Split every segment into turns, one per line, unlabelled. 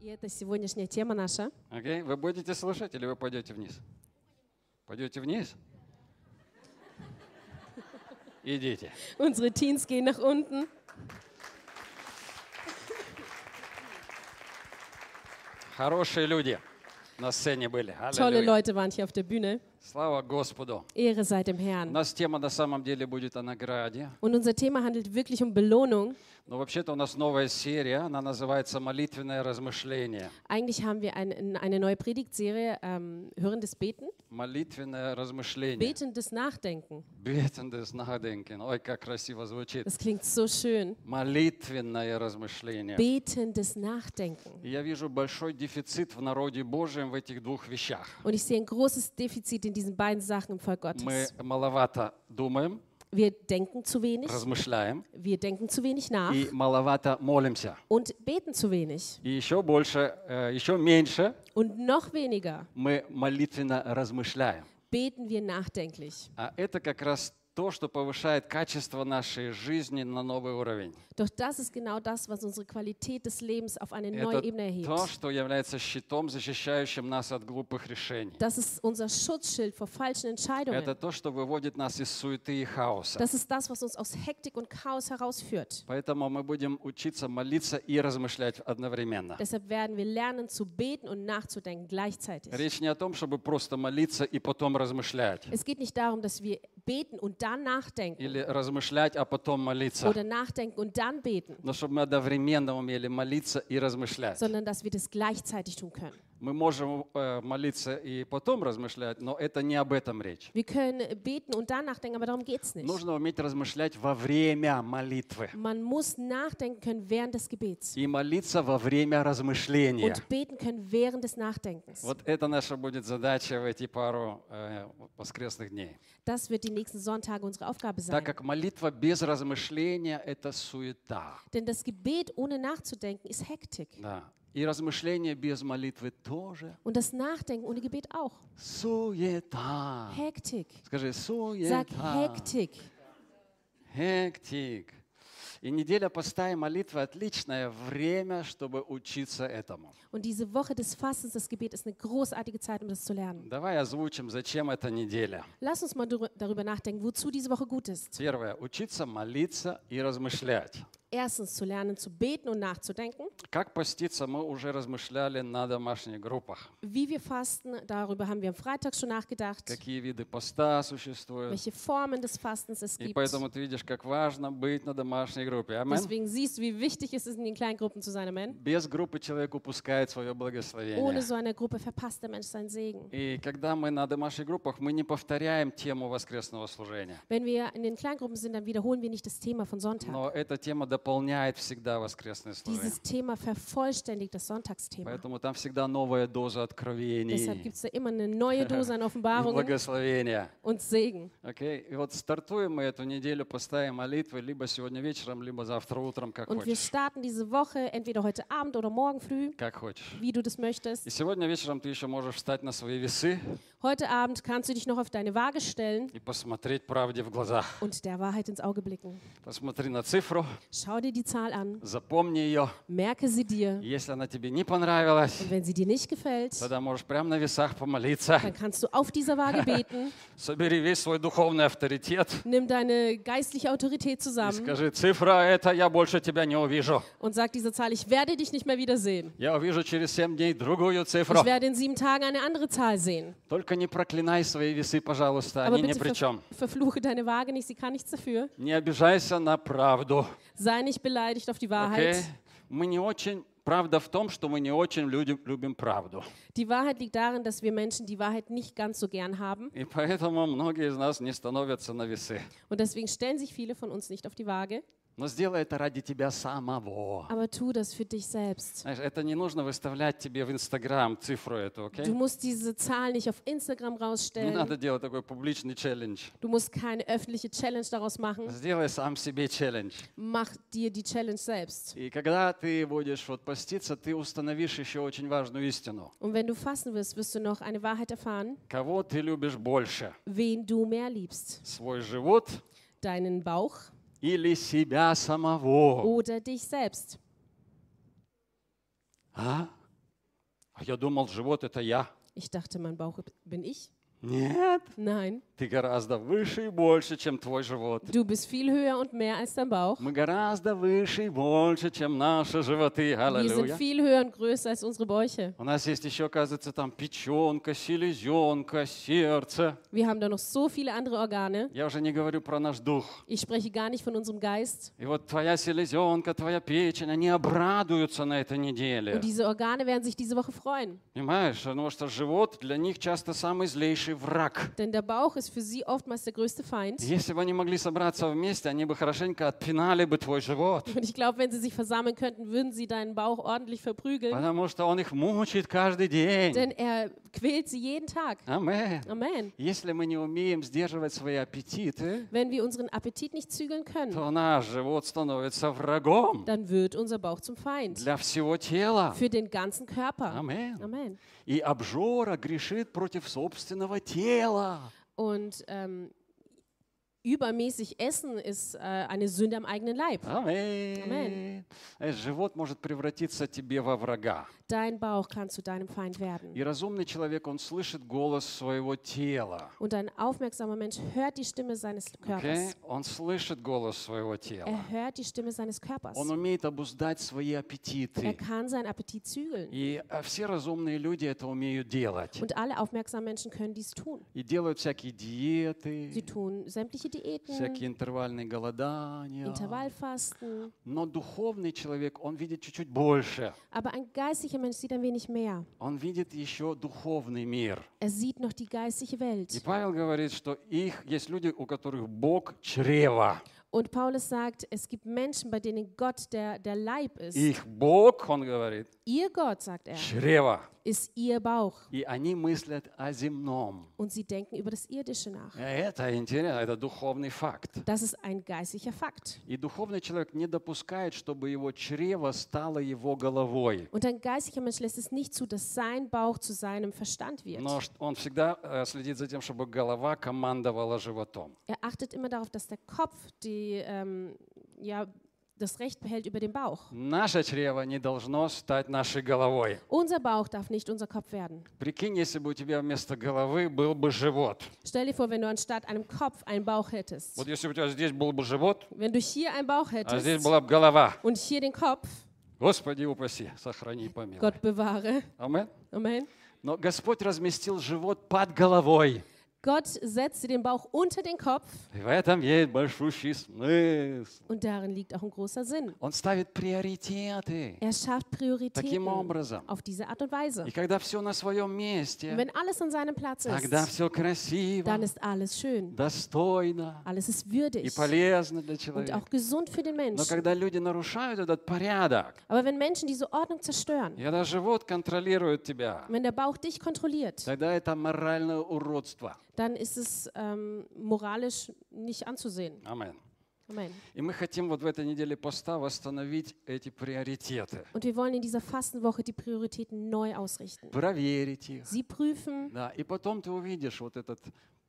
И это сегодняшняя тема наша.
Окей? Вы будете слушать или вы пойдете вниз? Пойдете вниз? Идите.
Unsere Teens gehen nach unten.
Хорошие люди на сцене были.
Tolle
Аллилуйя.
Leute waren hier auf der Bühne.
Слава Господу.
Ehre sei dem
У
Herrn.
нас тема на самом деле будет о награде.
Und unser Thema handelt wirklich um Belohnung.
Но вообще-то у нас новая серия, она называется «Молитвенное размышление».
Eigentlich haben wir ein, eine neue Predigtserie, ähm, Hörendes Beten,
Молитвенное размышление.
Betendes Nachdenken.
Бетендес нагденкин. Ой, как красиво звучит.
Das klingt so schön.
Молитвенное размышление.
Betendes Nachdenken.
И Я вижу большой дефицит в народе Божьем в этих двух вещах.
Und ich sehe ein großes Defizit in diesen beiden Sachen im Volk
Мы
Gottes.
маловато думаем,
Wir denken zu wenig,
размышляем
wir denken zu wenig nach
и маловато молимся.
und beten zu wenig.
И еще больше, э, еще меньше
Und noch weniger
мы молитвенно размышляем.
beten wir nachdenklich.
А это как раз то, что повышает качество нашей жизни на новый уровень.
Doch das ist genau das, was unsere Qualität des Lebens auf eine neue
Это
Ebene
то,
erhebt.
что является щитом, защищающим нас от глупых решений.
Das ist unser Schutzschild vor falschen Entscheidungen.
Это то, что выводит нас из суеты и хаоса.
Das ist das, was uns aus Hektik und Chaos herausführt.
Поэтому мы будем учиться молиться и размышлять одновременно.
Deshalb werden wir lernen zu beten und nachzudenken gleichzeitig.
Речь не о том, чтобы просто молиться и потом размышлять.
Es geht nicht darum, dass wir beten und dann nachdenken
Или размышлять, а потом молиться.
oder nachdenken und dann beten,
Но чтобы мы одновременно умели молиться и размышлять.
sondern dass wir das gleichzeitig tun können.
Мы можем э, молиться и потом размышлять, но это не об этом речь.
Wir können beten und dann nachdenken, aber darum geht es nicht.
Нужно уметь размышлять во время молитвы.
Man muss nachdenken können während des Gebets
И молиться во время размышления.
und beten können während des Nachdenkens.
Вот это наша будет задача в эти пару э, воскресных дней.
Das wird die nächsten Sonntage unsere Aufgabe
Так
sein.
как молитва без размышления – это суета.
Denn das Gebet ohne nachzudenken ist Hektik.
Да. И размышление без молитвы тоже
Und das Nachdenken ohne Gebet auch.
суета.
Hektik.
Скажи,
Sag
суета.
Hektik.
Хектик. И неделя поста и молитвы – отличное время, чтобы учиться этому.
Und diese Woche des Fastens, das Gebet, ist eine großartige Zeit, um das zu lernen.
Давай озвучим, зачем эта неделя.
Lass uns mal drü- darüber nachdenken, wozu diese Woche gut ist.
Первое – учиться молиться и размышлять.
Erstens zu lernen, zu beten und nachzudenken.
Как поститься, мы уже размышляли на домашних группах.
Wie wir fasten, darüber haben wir am Freitag schon nachgedacht.
Какие виды поста существуют.
Welche Formen des Fastens es
И
gibt.
поэтому ты видишь, как важно быть на домашней группе. Амин.
Deswegen siehst du, wie wichtig es ist, in den Kleingruppen zu sein. Amen.
Без группы человек упускает свое
Ohne
благословение.
so eine Gruppe verpasst der Mensch seinen Segen.
И когда мы на домашних группах, мы не повторяем тему воскресного служения.
Wenn wir in den Kleingruppen sind, dann wiederholen wir nicht das Thema von Sonntag.
Но эта тема дополняет всегда воскресное служение.
Dieses Thema vervollständigt das Sonntagsthema.
Поэтому там всегда новая доза
Deshalb
откровений
gibt es da immer eine neue Dose an
и
Offenbarungen
благословения.
und Segen.
Окей? И вот стартуем мы эту неделю, поставим молитвы либо сегодня вечером, либо завтра утром, как
Und wir
хочешь.
starten diese Woche entweder heute Abend oder morgen früh,
Как хочешь.
wie du das
И
möchtest.
сегодня вечером ты еще можешь встать на свои весы
Heute Abend kannst du dich noch auf deine Waage stellen
и посмотреть правде в глаза.
und der Wahrheit ins Auge blicken.
Посмотри на цифру,
Schau dir die Zahl an,
запомни ее.
merke sie dir.
Если она тебе не понравилась,
Und wenn sie dir nicht gefällt,
тогда можешь прямо на весах помолиться.
dann kannst du auf dieser Waage beten,
Собери весь свой духовный авторитет
nimm deine geistliche Autorität
и
zusammen
скажи, цифра это, я больше тебя не увижу.
und sag dieser Zahl, ich werde dich nicht mehr wiedersehen.
Я увижу через семь дней другую цифру.
Ich werde in sieben Tagen eine andere Zahl sehen.
Только не проклинай свои весы, пожалуйста,
Aber
они ни
bitte
при
ver
чем.
verfluche deine Waage nicht, sie kann nichts dafür.
Не обижайся на правду.
Sei nicht beleidigt auf die Wahrheit.
окей? Мы не очень... Правда в том, что мы не очень людям- любим правду.
Die Wahrheit liegt darin, dass wir Menschen die Wahrheit nicht ganz so gern haben.
И поэтому многие из нас не становятся на весы.
Und deswegen stellen sich viele von uns nicht auf die Waage.
Но сделай это ради тебя самого.
Aber tu das für dich selbst.
Знаешь, это не нужно выставлять тебе в Инстаграм цифру эту, окей?
Du musst diese Zahl nicht auf Instagram
Не надо
rausstellen.
делать такой публичный челлендж.
Du musst keine öffentliche Challenge daraus machen.
Сделай сам себе челлендж.
Mach dir die Challenge selbst.
И когда ты будешь вот поститься, ты установишь еще очень важную истину.
Und wenn du fasten wirst, wirst du noch eine Wahrheit erfahren,
Кого ты любишь больше?
wen du mehr liebst.
Свой живот
Deinen Bauch
или себя самого?
oder dich selbst.
А? А я думал, живот это я.
Ich dachte, mein Bauch bin ich.
Нет,
Nein,
ты гораздо выше и больше, чем твой живот.
du bist viel höher und mehr als dein Bauch.
Мы гораздо выше и больше, чем наши животы.
Wir sind
Аллилуйя.
viel höher und größer als unsere Bäuche.
У нас есть еще, оказывается, там печенка, селезенка, сердце.
Wir haben da noch so viele andere Organe.
Я уже не говорю про наш дух.
Ich spreche gar nicht von unserem Geist.
И вот твоя селезенка, твоя печень, они обрадуются на этой неделе.
Und diese Organe werden sich diese Woche freuen.
Понимаешь? Потому что живот для них часто самый злейший враг.
Denn der Bauch ist für sie oftmals der größte Feind.
Если бы они могли собраться вместе, они бы хорошенько отпинали бы твой живот.
Und ich glaube, wenn sie sich versammeln könnten, würden sie deinen Bauch ordentlich verprügeln.
Потому что он их мучает каждый день.
Denn er quält sie jeden Tag.
Амэн.
Amen.
Если мы не умеем сдерживать свои аппетиты,
Wenn wir unseren Appetit nicht zügeln können,
то наш живот становится врагом
dann wird unser Bauch zum Feind.
для всего тела.
Für den ganzen Körper.
Амэн.
Amen.
И обжора грешит против собственного тела.
Und ähm, übermäßig Essen ist äh, eine Sünde am eigenen Leib.
Ah. Амэн.
Амэн.
Э, Живот может превратиться тебе во врага.
Dein Bauch kann zu deinem Feind werden.
И разумный человек, он слышит голос своего тела.
Und ein aufmerksamer Mensch hört die Stimme seines
Окей?
Körpers.
Он слышит голос своего тела.
Er hört die Stimme seines Körpers.
Он умеет обуздать свои
Er
аппетиты.
kann seinen Appetit zügeln.
И э, все разумные люди это умеют делать.
Und alle aufmerksamen Menschen können dies tun.
И делают всякие
Sie
диеты,
tun sämtliche Diäten,
всякие интервальные голодания.
Intervallfasten.
Но духовный человек, он видит чуть-чуть больше.
Aber ein geistlicher Mensch sieht ein wenig mehr.
Он видит еще духовный мир.
Er sieht noch die geistliche
И
Welt.
Павел говорит, что их есть люди, у которых Бог чрева.
Und Paulus sagt, es gibt Menschen, bei denen Gott der, der Leib ist.
Их Бог, он говорит,
Ihr Gott, sagt er,
чрево.
ist ihr Bauch.
И они мыслят о земном.
Und sie denken über das Irdische nach.
Это интересно, это духовный факт.
Das ist ein geistlicher Fakt.
И духовный человек не допускает, чтобы его чрево стало его головой.
Und ein geistlicher Mensch lässt es nicht zu, dass sein Bauch zu seinem Verstand wird.
Но ш- он всегда э, следит за тем, чтобы голова командовала животом.
Er achtet immer darauf, dass der Kopf die, ähm, ja, das Recht behält über den Bauch.
Наше чрево не должно стать нашей головой.
Unser Bauch darf nicht unser Kopf werden.
Прикинь, если бы у тебя вместо головы был бы живот.
Stell dir vor, wenn du anstatt einem Kopf einen Bauch hättest.
Вот если бы у тебя здесь был бы живот,
Wenn du hier einen Bauch
а здесь
hättest
была бы голова.
und hier den Kopf,
Господи упаси, сохрани и помилуй.
Gott bewahre.
Амин.
Amen.
Но Господь разместил живот под головой.
Gott setzte den Bauch unter den Kopf
И в этом есть большущий смысл.
und darin liegt auch ein großer Sinn.
Он ставит приоритеты.
Er schafft
Таким
Prioritäten
образом.
auf diese Art und Weise.
И когда все на своем
Und
месте,
wenn alles an seinem Platz
тогда
ist,
все красиво,
dann ist alles schön.
достойно
Alles ist
и
würdig
полезно для
und
человека.
auch gesund für den
Но
Menschen.
когда люди нарушают этот порядок,
Aber wenn Menschen diese Ordnung zerstören,
и когда живот контролирует тебя,
wenn der Bauch dich kontrolliert,
тогда это моральное уродство.
dann ist es ähm, moralisch nicht anzusehen.
Амин.
Amen.
И мы хотим вот в этой неделе поста восстановить эти приоритеты,
Und wir wollen in dieser Fastenwoche die Prioritäten neu ausrichten.
проверить их.
Sie prüfen
Да, и потом ты увидишь вот этот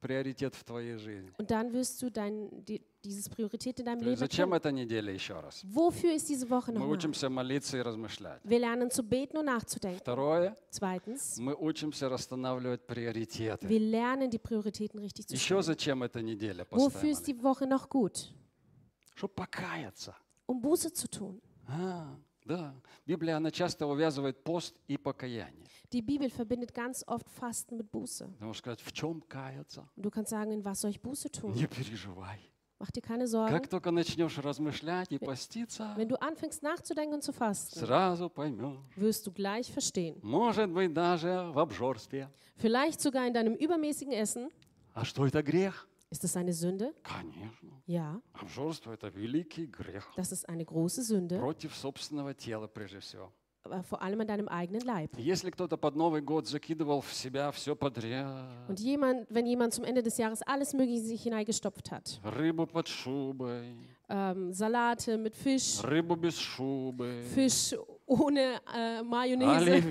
приоритет в твоей жизни.
und dann wirst du dein, die, dieses Priorität in deinem
То есть
Leben
зачем
erkennen.
эта неделя еще раз?
Wofür ist diese Woche
Мы
nochmal?
учимся молиться и размышлять.
Wir lernen zu beten und nachzudenken.
Второе,
Zweitens,
мы учимся расстанавливать приоритеты.
wir lernen die Prioritäten richtig zu
Еще
stellen.
зачем эта неделя
Wofür
поставлена?
ist die Woche noch gut?
Чтобы покаяться.
Um Buße zu tun.
А, да. Библия, она часто увязывает пост и покаяние.
Die Bibel verbindet ganz oft Fasten mit Buße.
Ты можешь сказать, в чем каяться?
Und du kannst sagen, in was soll ich Buße tun?
Не переживай.
Mach dir keine Sorgen.
Как только начнешь размышлять и поститься,
Wenn du anfängst nachzudenken und zu fasten,
сразу поймешь.
wirst du gleich verstehen.
Может быть, даже в обжорстве.
Vielleicht sogar in deinem übermäßigen Essen.
А что это грех?
Ist das eine Sünde?
Конечно.
Ja,
Обжорство – это великий грех.
das ist eine große Sünde,
Против собственного тела, прежде всего.
aber vor allem an deinem eigenen Leib.
Если кто-то под Новый год закидывал в себя все подряд,
Und jemand, wenn jemand zum Ende des Jahres alles Mögliche in sich hineingestopft hat,
рыбу под шубой,
ähm, Salate mit Fisch,
рыбу без шубы,
Fisch ohne äh, Mayonnaise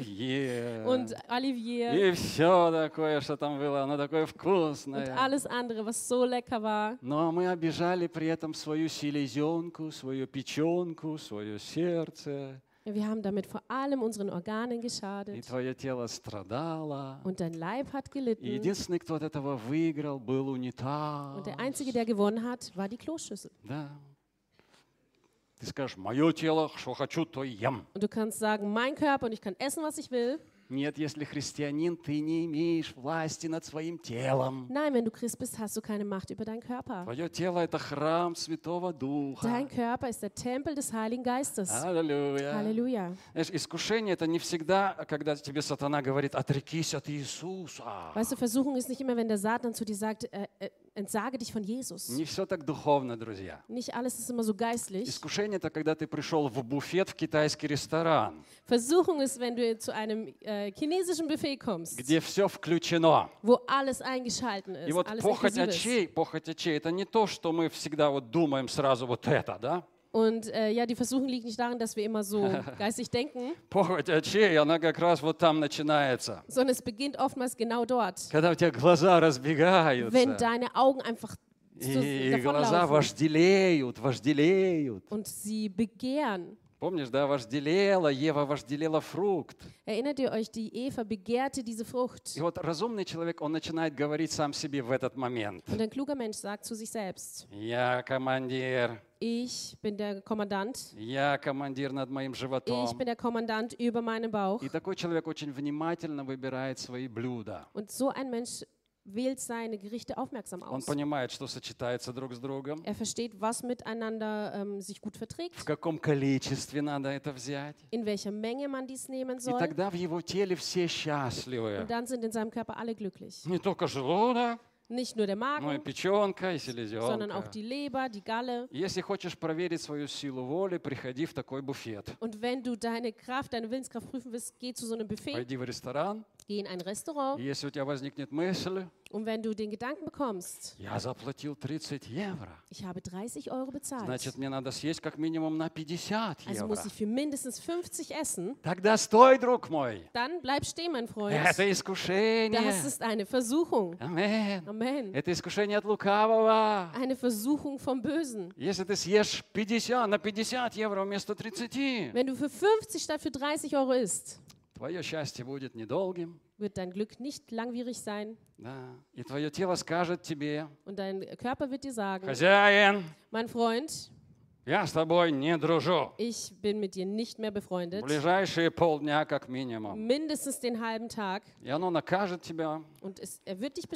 оливье,
und Olivier
и все такое, что там было, оно такое
und
вкусное.
alles andere, was so lecker war.
Но мы обижали при этом свою селезенку, свою печенку, свое сердце.
Wir haben damit vor allem unseren Organen
И
geschadet
твое тело страдало.
und dein Leib hat
И
gelitten.
единственный, кто от этого выиграл, был унитаз.
Und der Einzige, der gewonnen hat, war die Kloschüssel.
Да. Ты скажешь, мое тело, что хочу, то и ем.
Und du kannst sagen, mein Körper und ich kann essen, was ich will.
Нет, если христианин, ты не имеешь власти над своим телом.
Nein, wenn du Christ bist, hast du keine Macht über deinen Körper.
Твое тело – это храм Святого
Dein
Духа.
Körper ist der Tempel des Heiligen
Ah,
Geistes.
Аллилуйя.
Halleluja.
Знаешь, искушение – это не всегда, когда тебе сатана говорит, отрекись от Иисуса.
Weißt du, Versuchung ist nicht immer, wenn der Satan zu dir sagt, äh, äh, entsage dich von Jesus.
Не все так духовно, друзья.
Nicht alles ist immer so geistlich.
Искушение – это когда ты пришел в буфет в китайский ресторан,
Versuchung ist, wenn du zu einem äh, chinesischen Buffet kommst,
где все включено.
wo alles eingeschalten
И
ist,
вот
alles
похоть
inklusive ist.
очей, похоть очей, это не то, что мы всегда вот думаем сразу вот это, да?
Und äh, ja, die Versuchung liegt nicht darin, dass wir immer so geistig denken,
Похоть очей, она как раз вот там начинается.
sondern es beginnt oftmals genau dort,
Когда у тебя глаза
wenn
разбегаются,
deine Augen einfach so
и, и глаза
davonlaufen
вожделеют, вожделеют.
und sie begehren.
Помнишь, да, вожделела, Ева вожделела фрукт.
Erinnert ihr euch, die Eva begehrte diese Frucht.
И вот разумный человек, он начинает говорить сам себе в этот момент.
Und ein kluger Mensch sagt zu sich selbst,
Я командир,
ich bin der Kommandant,
я командир над моим
ich
животом.
bin der Kommandant über meinen Bauch.
И такой человек очень внимательно выбирает свои блюда.
Und so ein Mensch wählt seine Gerichte aufmerksam
Он
aus.
понимает, что сочетается друг с другом,
Er versteht, was miteinander ähm, sich gut verträgt,
в каком количестве надо это взять.
in welcher Menge man dies nehmen
И
soll.
тогда в его теле все счастливы.
Und dann sind in seinem Körper alle glücklich.
Не только желудок,
Nicht nur der
но
Magen,
и печенка, и
sondern auch
селезенка.
die Leber, die Galle.
Если хочешь проверить свою силу воли, приходи в такой буфет.
Und wenn du deine Kraft, deine Willenskraft prüfen willst, geh zu so einem Buffet,
Пойди в ресторан,
geh in ein
и
Restaurant.
если у тебя возникнет мысль,
Und wenn du den Gedanken bekommst,
я заплатил 30 евро,
ich habe 30 Euro bezahlt,
значит, мне надо съесть как минимум на 50
also
евро.
muss ich für mindestens 50 essen,
Тогда стой, друг мой.
dann bleib stehen, mein Freund.
Это
Das
искушение.
ist eine Versuchung.
Амен.
Amen.
Это искушение от лукавого.
Eine Versuchung vom Bösen.
Если ты съешь 50 на 50 евро вместо 30,
Wenn du für 50 statt für 30 Euro isst,
твое счастье будет недолгим,
wird dein Glück nicht langwierig sein
да, и твое тело скажет тебе,
und dein Körper wird dir sagen,
хозяин,
mein Freund,
я с тобой не дружу.
ich bin mit dir nicht mehr befreundet,
Ближайшие полдня как минимум.
mindestens den halben Tag
И оно накажет тебя,
und es, er wird dich
оно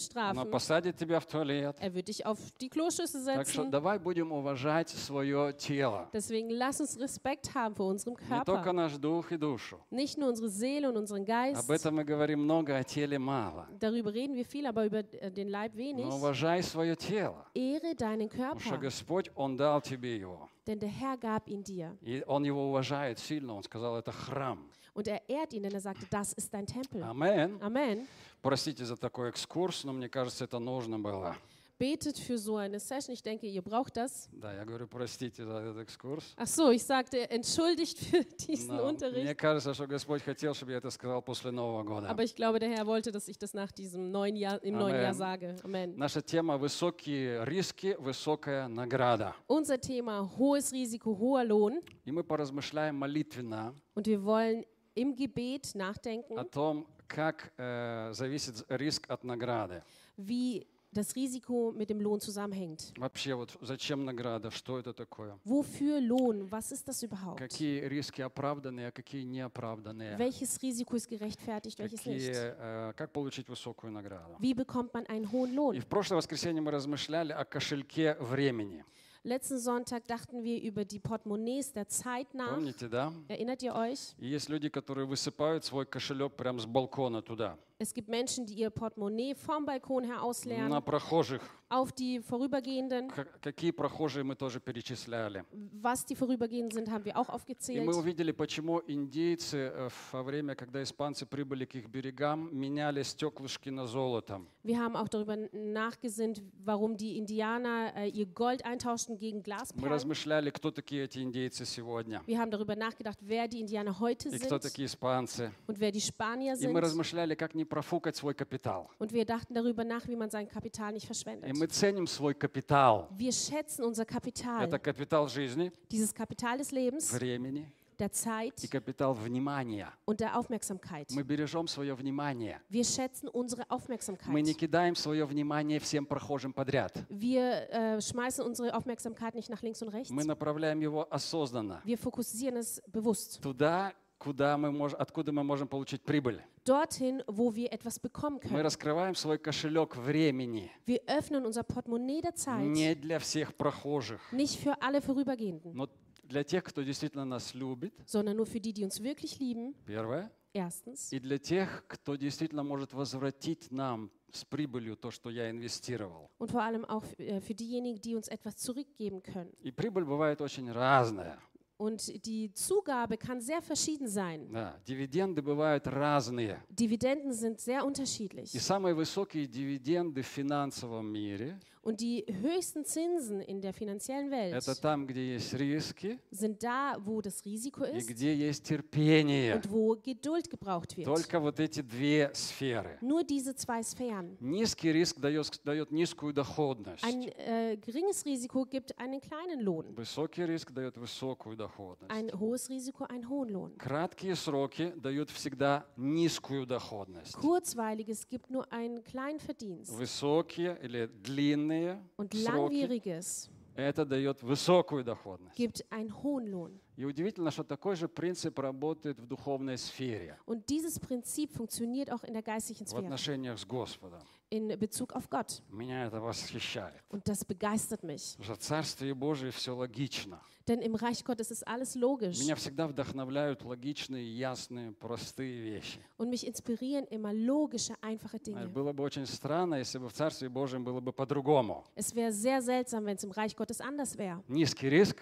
bestrafen,
посадит тебя в туалет.
er wird dich auf die Kloschüssel
Так что
setzen.
давай будем уважать свое тело.
Deswegen lass uns Respekt haben vor unserem
Не только
Körper,
наш дух и душу.
nicht nur unsere Seele und unseren
Об
Geist.
этом мы говорим много, о теле мало.
Darüber reden wir viel, aber über äh, den Leib wenig.
Но уважай свое тело.
Ehre deinen
Потому что
Körper,
Господь, Он дал тебе его.
denn der Herr gab ihn dir
И Он его уважает сильно. Он сказал, это храм.
und er ehrt ihn, denn er sagte, das ist dein Tempel.
Амен.
Amen.
Простите за такой экскурс, но мне кажется, это нужно было.
Betet für so eine Session. Ich denke, ihr braucht das.
Да, я говорю, простите за этот экскурс.
Ach so, ich sagte, entschuldigt für diesen
Но мне
Unterricht.
кажется, что Господь хотел, чтобы я это сказал после Нового года.
Aber ich glaube, der Herr wollte, dass ich das nach diesem neuen Jahr, im neuen
Amen.
Jahr sage. Amen.
Наша тема «Высокие риски, высокая награда».
Unser Thema hohes Risiko, hoher Lohn.
И мы поразмышляем молитвенно
Und wir wollen im Gebet
о
nachdenken,
том, как э, зависит риск от награды.
wie das Risiko mit dem Lohn zusammenhängt.
Вообще, вот зачем награда, что это такое?
Wofür Lohn? Was ist das überhaupt?
Какие риски оправданные, а какие неоправданные?
Welches Risiko ist gerechtfertigt, welches
Какие,
nicht?
э, как получить высокую награду?
Wie bekommt man einen hohen
И
Lohn?
в прошлое воскресенье мы размышляли о кошельке времени.
Letzten Sonntag dachten wir über die Portemonnaies der Zeit nach.
Помните, да?
Erinnert ihr euch?
И есть люди, которые высыпают свой кошелек прямо с балкона туда,
Es gibt Menschen, die ihr Portemonnaie vom Balkon her
на
ausleeren,
прохожих.
auf die Vorübergehenden.
К- Какие прохожие мы тоже перечисляли.
Was die Vorübergehenden sind, haben wir auch
И
aufgezählt.
мы увидели, почему индейцы э, во время, когда испанцы прибыли к их берегам, меняли стеклышки на золото.
Wir haben auch darüber nachgesinnt, warum die Indianer äh, ihr Gold eintauschten gegen
Мы
Glasperlen.
размышляли, кто такие эти индейцы сегодня
Wir haben darüber nachgedacht, wer die Indianer heute
и кто
sind
такие испанцы.
und wer die Spanier
И
sind.
мы размышляли, как не профукать свой капитал.
Und wir dachten darüber nach, wie man sein Kapital nicht
И мы
verschwendet.
ценим свой капитал.
Wir schätzen unser Kapital,
Это капитал жизни,
dieses Kapital des Lebens,
времени,
der
и
Zeit
капитал внимания.
und der Aufmerksamkeit.
Мы бережем свое внимание.
Wir schätzen unsere
Мы не
Aufmerksamkeit.
кидаем свое внимание всем прохожим подряд.
Wir äh, schmeißen unsere Aufmerksamkeit nicht nach links und rechts.
Мы направляем его осознанно
Wir fokussieren es bewusst.
туда, куда мы мож- откуда мы можем получить прибыль.
Dorthin, wo wir etwas bekommen
Мы
können.
раскрываем свой кошелек времени
Wir öffnen unser Portemonnaie der Zeit.
не для всех прохожих,
Nicht für alle Vorübergehenden,
но для тех, кто действительно нас любит,
sondern nur für die, die uns wirklich lieben.
первое,
Erstens.
и для тех, кто действительно может возвратить нам с прибылью то, что я инвестировал.
Und vor allem auch äh, für diejenigen, die uns etwas zurückgeben können.
И прибыль бывает очень разная.
Und die Zugabe kann sehr verschieden sein.
Да, дивиденды бывают разные.
Dividenden sind sehr
И
unterschiedlich.
самые высокие дивиденды в финансовом мире
Und die höchsten Zinsen in der finanziellen
– это
Welt
там, где есть риски
sind da, wo das Risiko
и
ist
где есть терпение.
und wo Geduld gebraucht wird.
Только вот эти две сферы.
Nur diese zwei Sphären.
Низкий риск дает, дает низкую
Ein
доходность.
äh, geringes Risiko gibt einen kleinen Lohn,
Высокий риск дает высокую доходность.
ein hohes Risiko einen hohen Lohn.
Краткие сроки дают всегда низкую доходность.
Kurzweiliges gibt nur einen kleinen Verdienst
Высокие или длинные
und
сроки
langwieriges
это дает высокую доходность.
gibt einen hohen Lohn.
И удивительно, что такой же принцип работает в духовной сфере,
Und dieses Prinzip funktioniert auch in der geistlichen
в
Sphäre,
отношениях с Господом.
in Bezug auf Gott.
Меня это восхищает.
Und das begeistert mich.
Потому что в Царстве Божие все логично.
Denn im Reich Gottes ist alles logisch.
Меня всегда вдохновляют логичные, ясные, простые вещи.
Und mich inspirieren immer logische, einfache
Знаешь,
Dinge.
Было бы очень странно, если бы в Царстве Божьем было бы по-другому.
Es wäre sehr seltsam, wenn es im Reich Gottes anders wäre.
Низкий риск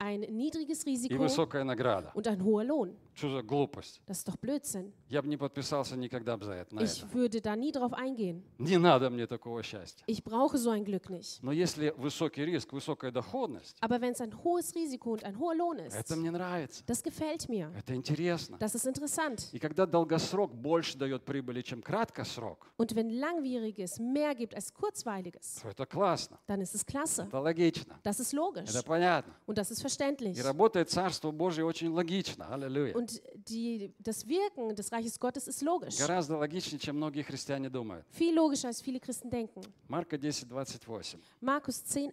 Ein niedriges
и
Risiko
высокая награда.
und ein hoher Lohn.
Что за глупость?
Das ist doch Blödsinn.
Я бы не подписался никогда бы за это, на это.
Ich würde da nie drauf eingehen.
Не надо мне такого счастья.
Ich брauche so ein Glück nicht.
Но если высокий риск, высокая доходность,
Aber wenn es ein hohes Risiko und ein hoher Lohn
это
ist,
мне нравится,
das gefällt mir.
это интересно.
Das ist interessant.
И когда долгосрок больше дает прибыли, чем краткосрок,
Und wenn langwieriges mehr gibt als kurzweiliges,
то это классно,
dann ist es klasse.
это логично,
Das ist logisch
это понятно.
und das ist
И
verständlich.
работает Царство Божье очень логично, аллилуйя.
Und die, das Wirken des Reiches Gottes ist logisch.
Гораздо логичнее, чем многие христиане думают.
Viel logischer, als viele Christen denken.
Марка 10, 28.
Markus 10,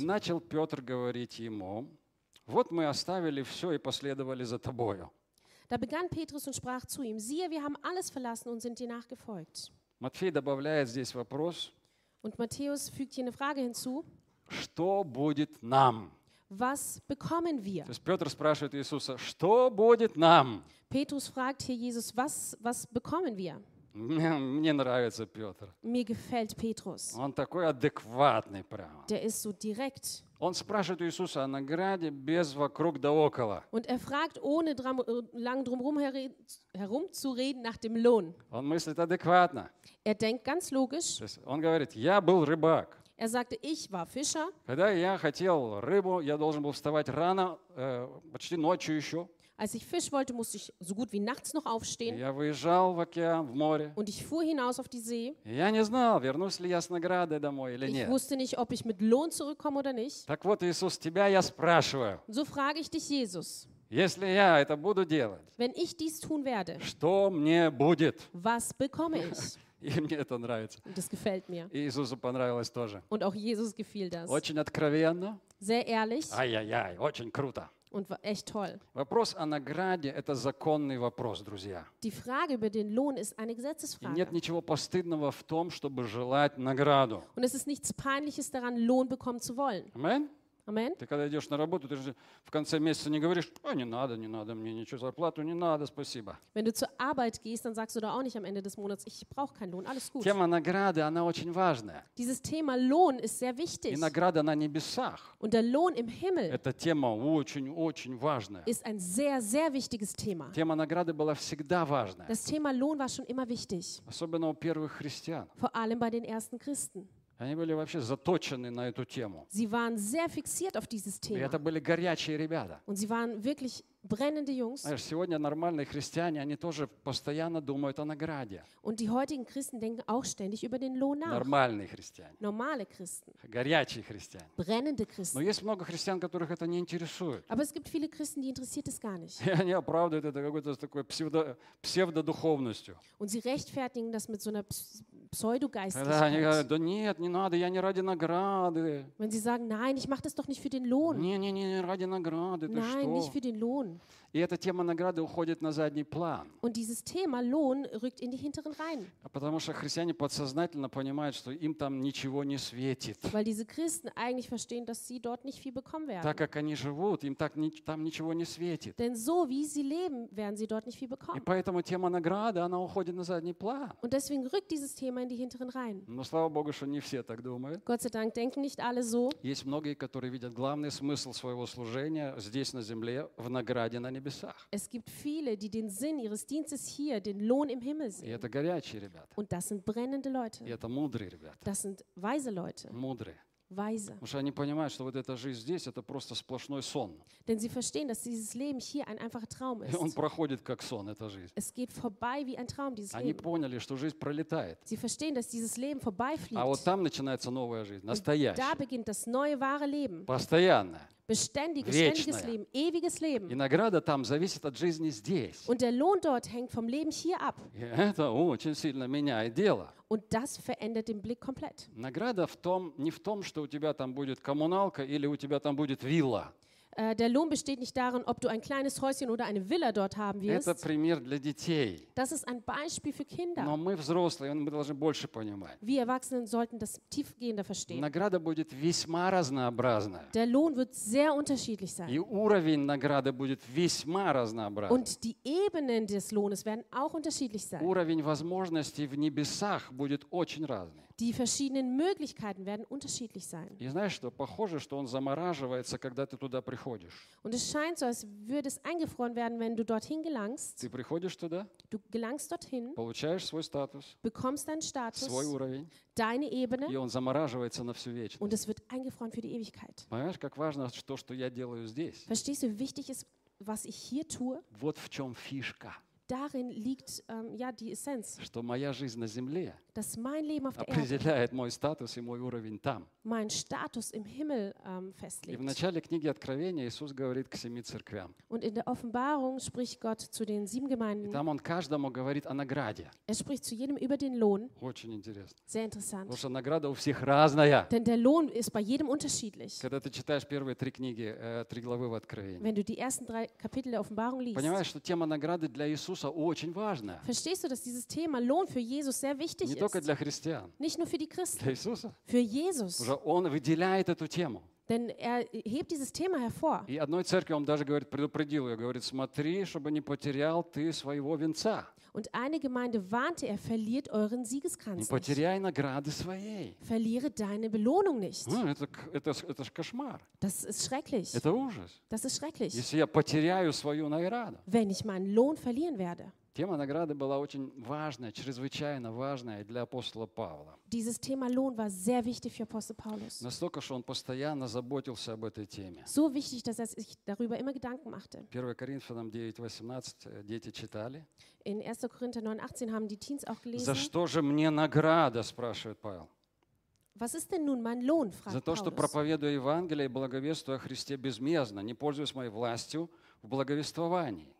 28.
начал Петр говорить ему, вот мы оставили все и последовали за тобою.
Da begann Petrus und sprach zu ihm, siehe, wir haben alles verlassen und sind dir nachgefolgt.
Матфей добавляет здесь вопрос,
Und Matthäus fügt hier eine Frage hinzu,
что будет нам?
was bekommen wir?
То есть Петр спрашивает Иисуса, что будет нам?
Petrus fragt hier Jesus, was, was bekommen wir?
Мне, мне нравится Петр.
Mir gefällt Petrus.
Он такой адекватный прямо.
Der ist so direkt.
Он спрашивает у Иисуса о награде без вокруг да около.
Und er fragt, ohne dram, äh, lang drumherum herumzureden, nach dem Lohn.
Он мыслит адекватно.
Er denkt ganz logisch.
То есть он говорит, я был рыбак.
Er sagte, ich war Fischer.
Когда я хотел рыбу, я должен был вставать рано, э, почти ночью еще.
Als ich Fisch wollte, musste ich so gut wie nachts noch
И
aufstehen
Я выезжал в океан, в море.
und ich fuhr hinaus auf die See.
И Я не знал, вернусь ли я с наградой домой или
Ich
нет.
wusste nicht, ob ich mit Lohn zurückkomme oder nicht.
Так вот, Иисус, тебя я спрашиваю,
Und so frage ich dich, Jesus,
если я это буду делать,
wenn ich dies tun werde,
что мне будет?
was bekomme ich?
И мне это нравится.
Und das gefällt mir.
И Иисусу понравилось тоже.
Und auch Jesus gefiel das.
Очень откровенно.
Sehr ehrlich
Ай-яй-яй, очень круто.
und wa- echt toll.
Вопрос о награде – это законный вопрос, друзья.
Die Frage über den Lohn ist eine
И нет
Gesetzesfrage.
ничего постыдного в том, чтобы желать награду.
Und es ist nichts Peinliches daran, Lohn bekommen zu wollen.
Аминь?
Amen.
Ты когда идешь на работу, ты же в конце месяца не говоришь, а не надо, не надо, мне ничего, зарплату не надо, спасибо.
Wenn du zur Arbeit gehst, dann sagst du da auch nicht am Ende des Monats, ich brauche keinen Lohn, alles gut.
Тема награды, она очень важная.
Dieses Thema Lohn ist sehr
И
wichtig.
награда на небесах.
Und der Lohn im Himmel
Эта тема очень-очень важная.
ist ein sehr, sehr wichtiges Thema.
Тема награды была всегда важная.
Das Thema Lohn war schon immer wichtig,
Особенно у первых христиан.
vor allem bei den ersten Christen.
Они были вообще заточены на эту тему.
Sie waren sehr fixiert auf dieses
И
Thema
это были горячие ребята.
und sie waren wirklich brennende Jungs.
Знаешь, сегодня нормальные христиане, они тоже постоянно думают о награде.
Und die heutigen Christen denken auch ständig über den Lohn nach.
Нормальные христиане,
Normale Christen,
горячие христиане.
brennende
Но
Christen.
есть много христиан, которых это не интересует.
Aber es gibt viele Christen, die interessiert es gar nicht.
И они оправдывают это какой-то такой псевдо, псевдодуховностью.
Und sie rechtfertigen das mit so einer Ps-
Когда они
Pseudogeistlichkeit.
говорят, да нет, не надо, я не ради награды.
Wenn sie sagen, nein, ich mache das doch nicht für den Lohn.
Не, не, не, ради награды, ты
Nein, nicht
что?
für den Lohn.
И эта тема награды уходит на задний план.
Und dieses Thema Lohn rückt in die hinteren Reihen,
А Потому что христиане подсознательно понимают, что им там ничего не светит.
weil diese Christen eigentlich verstehen, dass sie dort nicht viel bekommen
Так
werden.
как они живут, им так ни- там ничего не светит.
Denn so wie sie leben, werden sie dort nicht viel
И
bekommen.
поэтому тема награды, она уходит на задний план.
Und deswegen rückt dieses Thema in die hinteren Reihen.
Но слава Богу, что не все так думают.
Gott sei Dank denken nicht alle so.
Есть многие, которые видят главный смысл своего служения здесь на земле, в награде на небесах.
Es gibt viele, die den Sinn ihres Dienstes hier, den Lohn im Himmel
И
sehen.
это горячие ребята.
Und das sind brennende
И
Leute.
это мудрые ребята.
Das sind weise Leute.
Мудрые.
Weise.
Потому что они понимают, что вот эта жизнь здесь, это просто сплошной сон.
Denn sie verstehen, dass dieses Leben hier ein einfacher Traum
И он
ist.
проходит как сон, эта жизнь.
Es geht vorbei wie ein Traum, dieses
Они
Leben.
поняли, что жизнь пролетает.
Sie verstehen, dass dieses Leben
А вот
vorbeifliegt.
там начинается новая жизнь,
Da
настоящая,
beginnt das neue, wahre Leben.
постоянная.
Beständiges,
Вечное.
ständiges Leben, ewiges
И
Leben.
награда там зависит от жизни здесь.
Und der Lohn dort hängt vom Leben hier ab.
И это очень сильно меняет дело.
Und das verändert den Blick komplett.
Награда в том, не в том, что у тебя там будет коммуналка или у тебя там будет вилла.
Äh, der Lohn besteht nicht darin, ob du ein kleines Häuschen oder eine Villa dort haben
Это
wirst.
пример для детей.
Das ist ein Beispiel für
Но
Kinder.
мы взрослые, мы должны больше понимать.
Wir Erwachsenen sollten das tiefgehender verstehen.
Награда будет весьма разнообразная.
Der Lohn wird sehr unterschiedlich sein.
И уровень награды будет весьма разнообразным.
Und die Ebenen des Lohnes werden auch unterschiedlich sein.
Уровень возможностей в небесах будет очень разный.
Die verschiedenen Möglichkeiten werden unterschiedlich sein.
И знаешь что? Похоже, что он замораживается, когда ты туда приходишь.
Und es scheint so, als würde es eingefroren werden, wenn du dorthin gelangst.
Ты приходишь туда,
Du gelangst
Oh.
dorthin,
получаешь свой статус,
bekommst deinen
свой
Status,
уровень,
deine
и
Ebene
он замораживается на всю вечность.
und es wird eingefroren für die Ewigkeit.
Понимаешь, как важно то, что я делаю здесь?
Verstehst du, wie wichtig ist, was ich hier tue?
Вот в чем фишка,
Darin liegt ähm, ja die Essenz,
что моя жизнь на земле
dass mein Leben auf der Erde
определяет мой статус и мой уровень там.
meinen Status im Himmel ähm,
И в
festlegt.
начале книги Откровения Иисус говорит к семи церквям.
Und in der Offenbarung spricht Gott zu den sieben
И
Gemeinden.
там он каждому говорит о награде.
Er spricht zu jedem über den Lohn.
Очень интересно.
Sehr
Потому
interessant.
что награда у всех разная.
Denn der Lohn ist bei jedem unterschiedlich.
Когда ты читаешь первые три книги, э, три главы в Откровении,
Wenn du die ersten drei Kapitel der Offenbarung liest,
понимаешь, что тема награды для Иисуса очень важна.
verstehst du, dass dieses Thema Lohn für Jesus sehr wichtig
Не только
ist.
для христиан,
Nicht nur für die Christen,
для Иисуса.
für Jesus.
Уже он выделяет эту тему.
Denn er hebt dieses Thema hervor.
И одной церкви он даже говорит, предупредил ее, говорит, смотри, чтобы не потерял ты своего венца.
Und eine Gemeinde warnte er, verliert euren
Не
Siegeskranz nicht.
потеряй награды своей.
Verliere deine Belohnung nicht.
Ну, это, к- это, ж- это ж кошмар.
Das ist schrecklich.
Это ужас.
Das ist schrecklich,
Если я потеряю свою награду.
wenn ich meinen Lohn verlieren werde.
Тема награды была очень важная, чрезвычайно важная для апостола Павла.
Dieses Thema Lohn war sehr wichtig für Apostel Paulus.
Настолько, что он постоянно заботился об этой теме.
So wichtig, dass er sich darüber immer Gedanken machte.
1 Коринфянам 9.18 дети читали.
In 1. Korinther 9,18 haben die Teens auch
«За
gelesen.
что же мне награда?» – спрашивает Павел.
Was ist denn nun mein Lohn? fragt
«За то, что
Paulus.
проповедую Евангелие и благовествую о Христе безмездно, не пользуясь моей властью в благовествовании».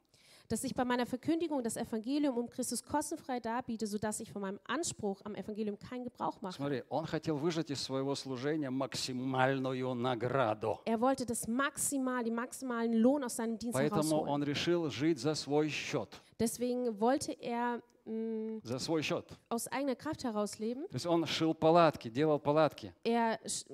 Dass ich bei meiner Verkündigung das Evangelium um Christus kostenfrei darbiete, sodass ich von meinem Anspruch am Evangelium keinen Gebrauch mache.
Смотри, он хотел выжать из своего служения максимальную награду.
Er wollte das maximal, den maximalen Lohn aus seinem Dienst
Поэтому
herausholen.
он решил жить за свой счет.
Deswegen wollte er mh,
За свой счет.
aus eigener Kraft heraus leben.
То есть он шил палатки, делал палатки
Er sch-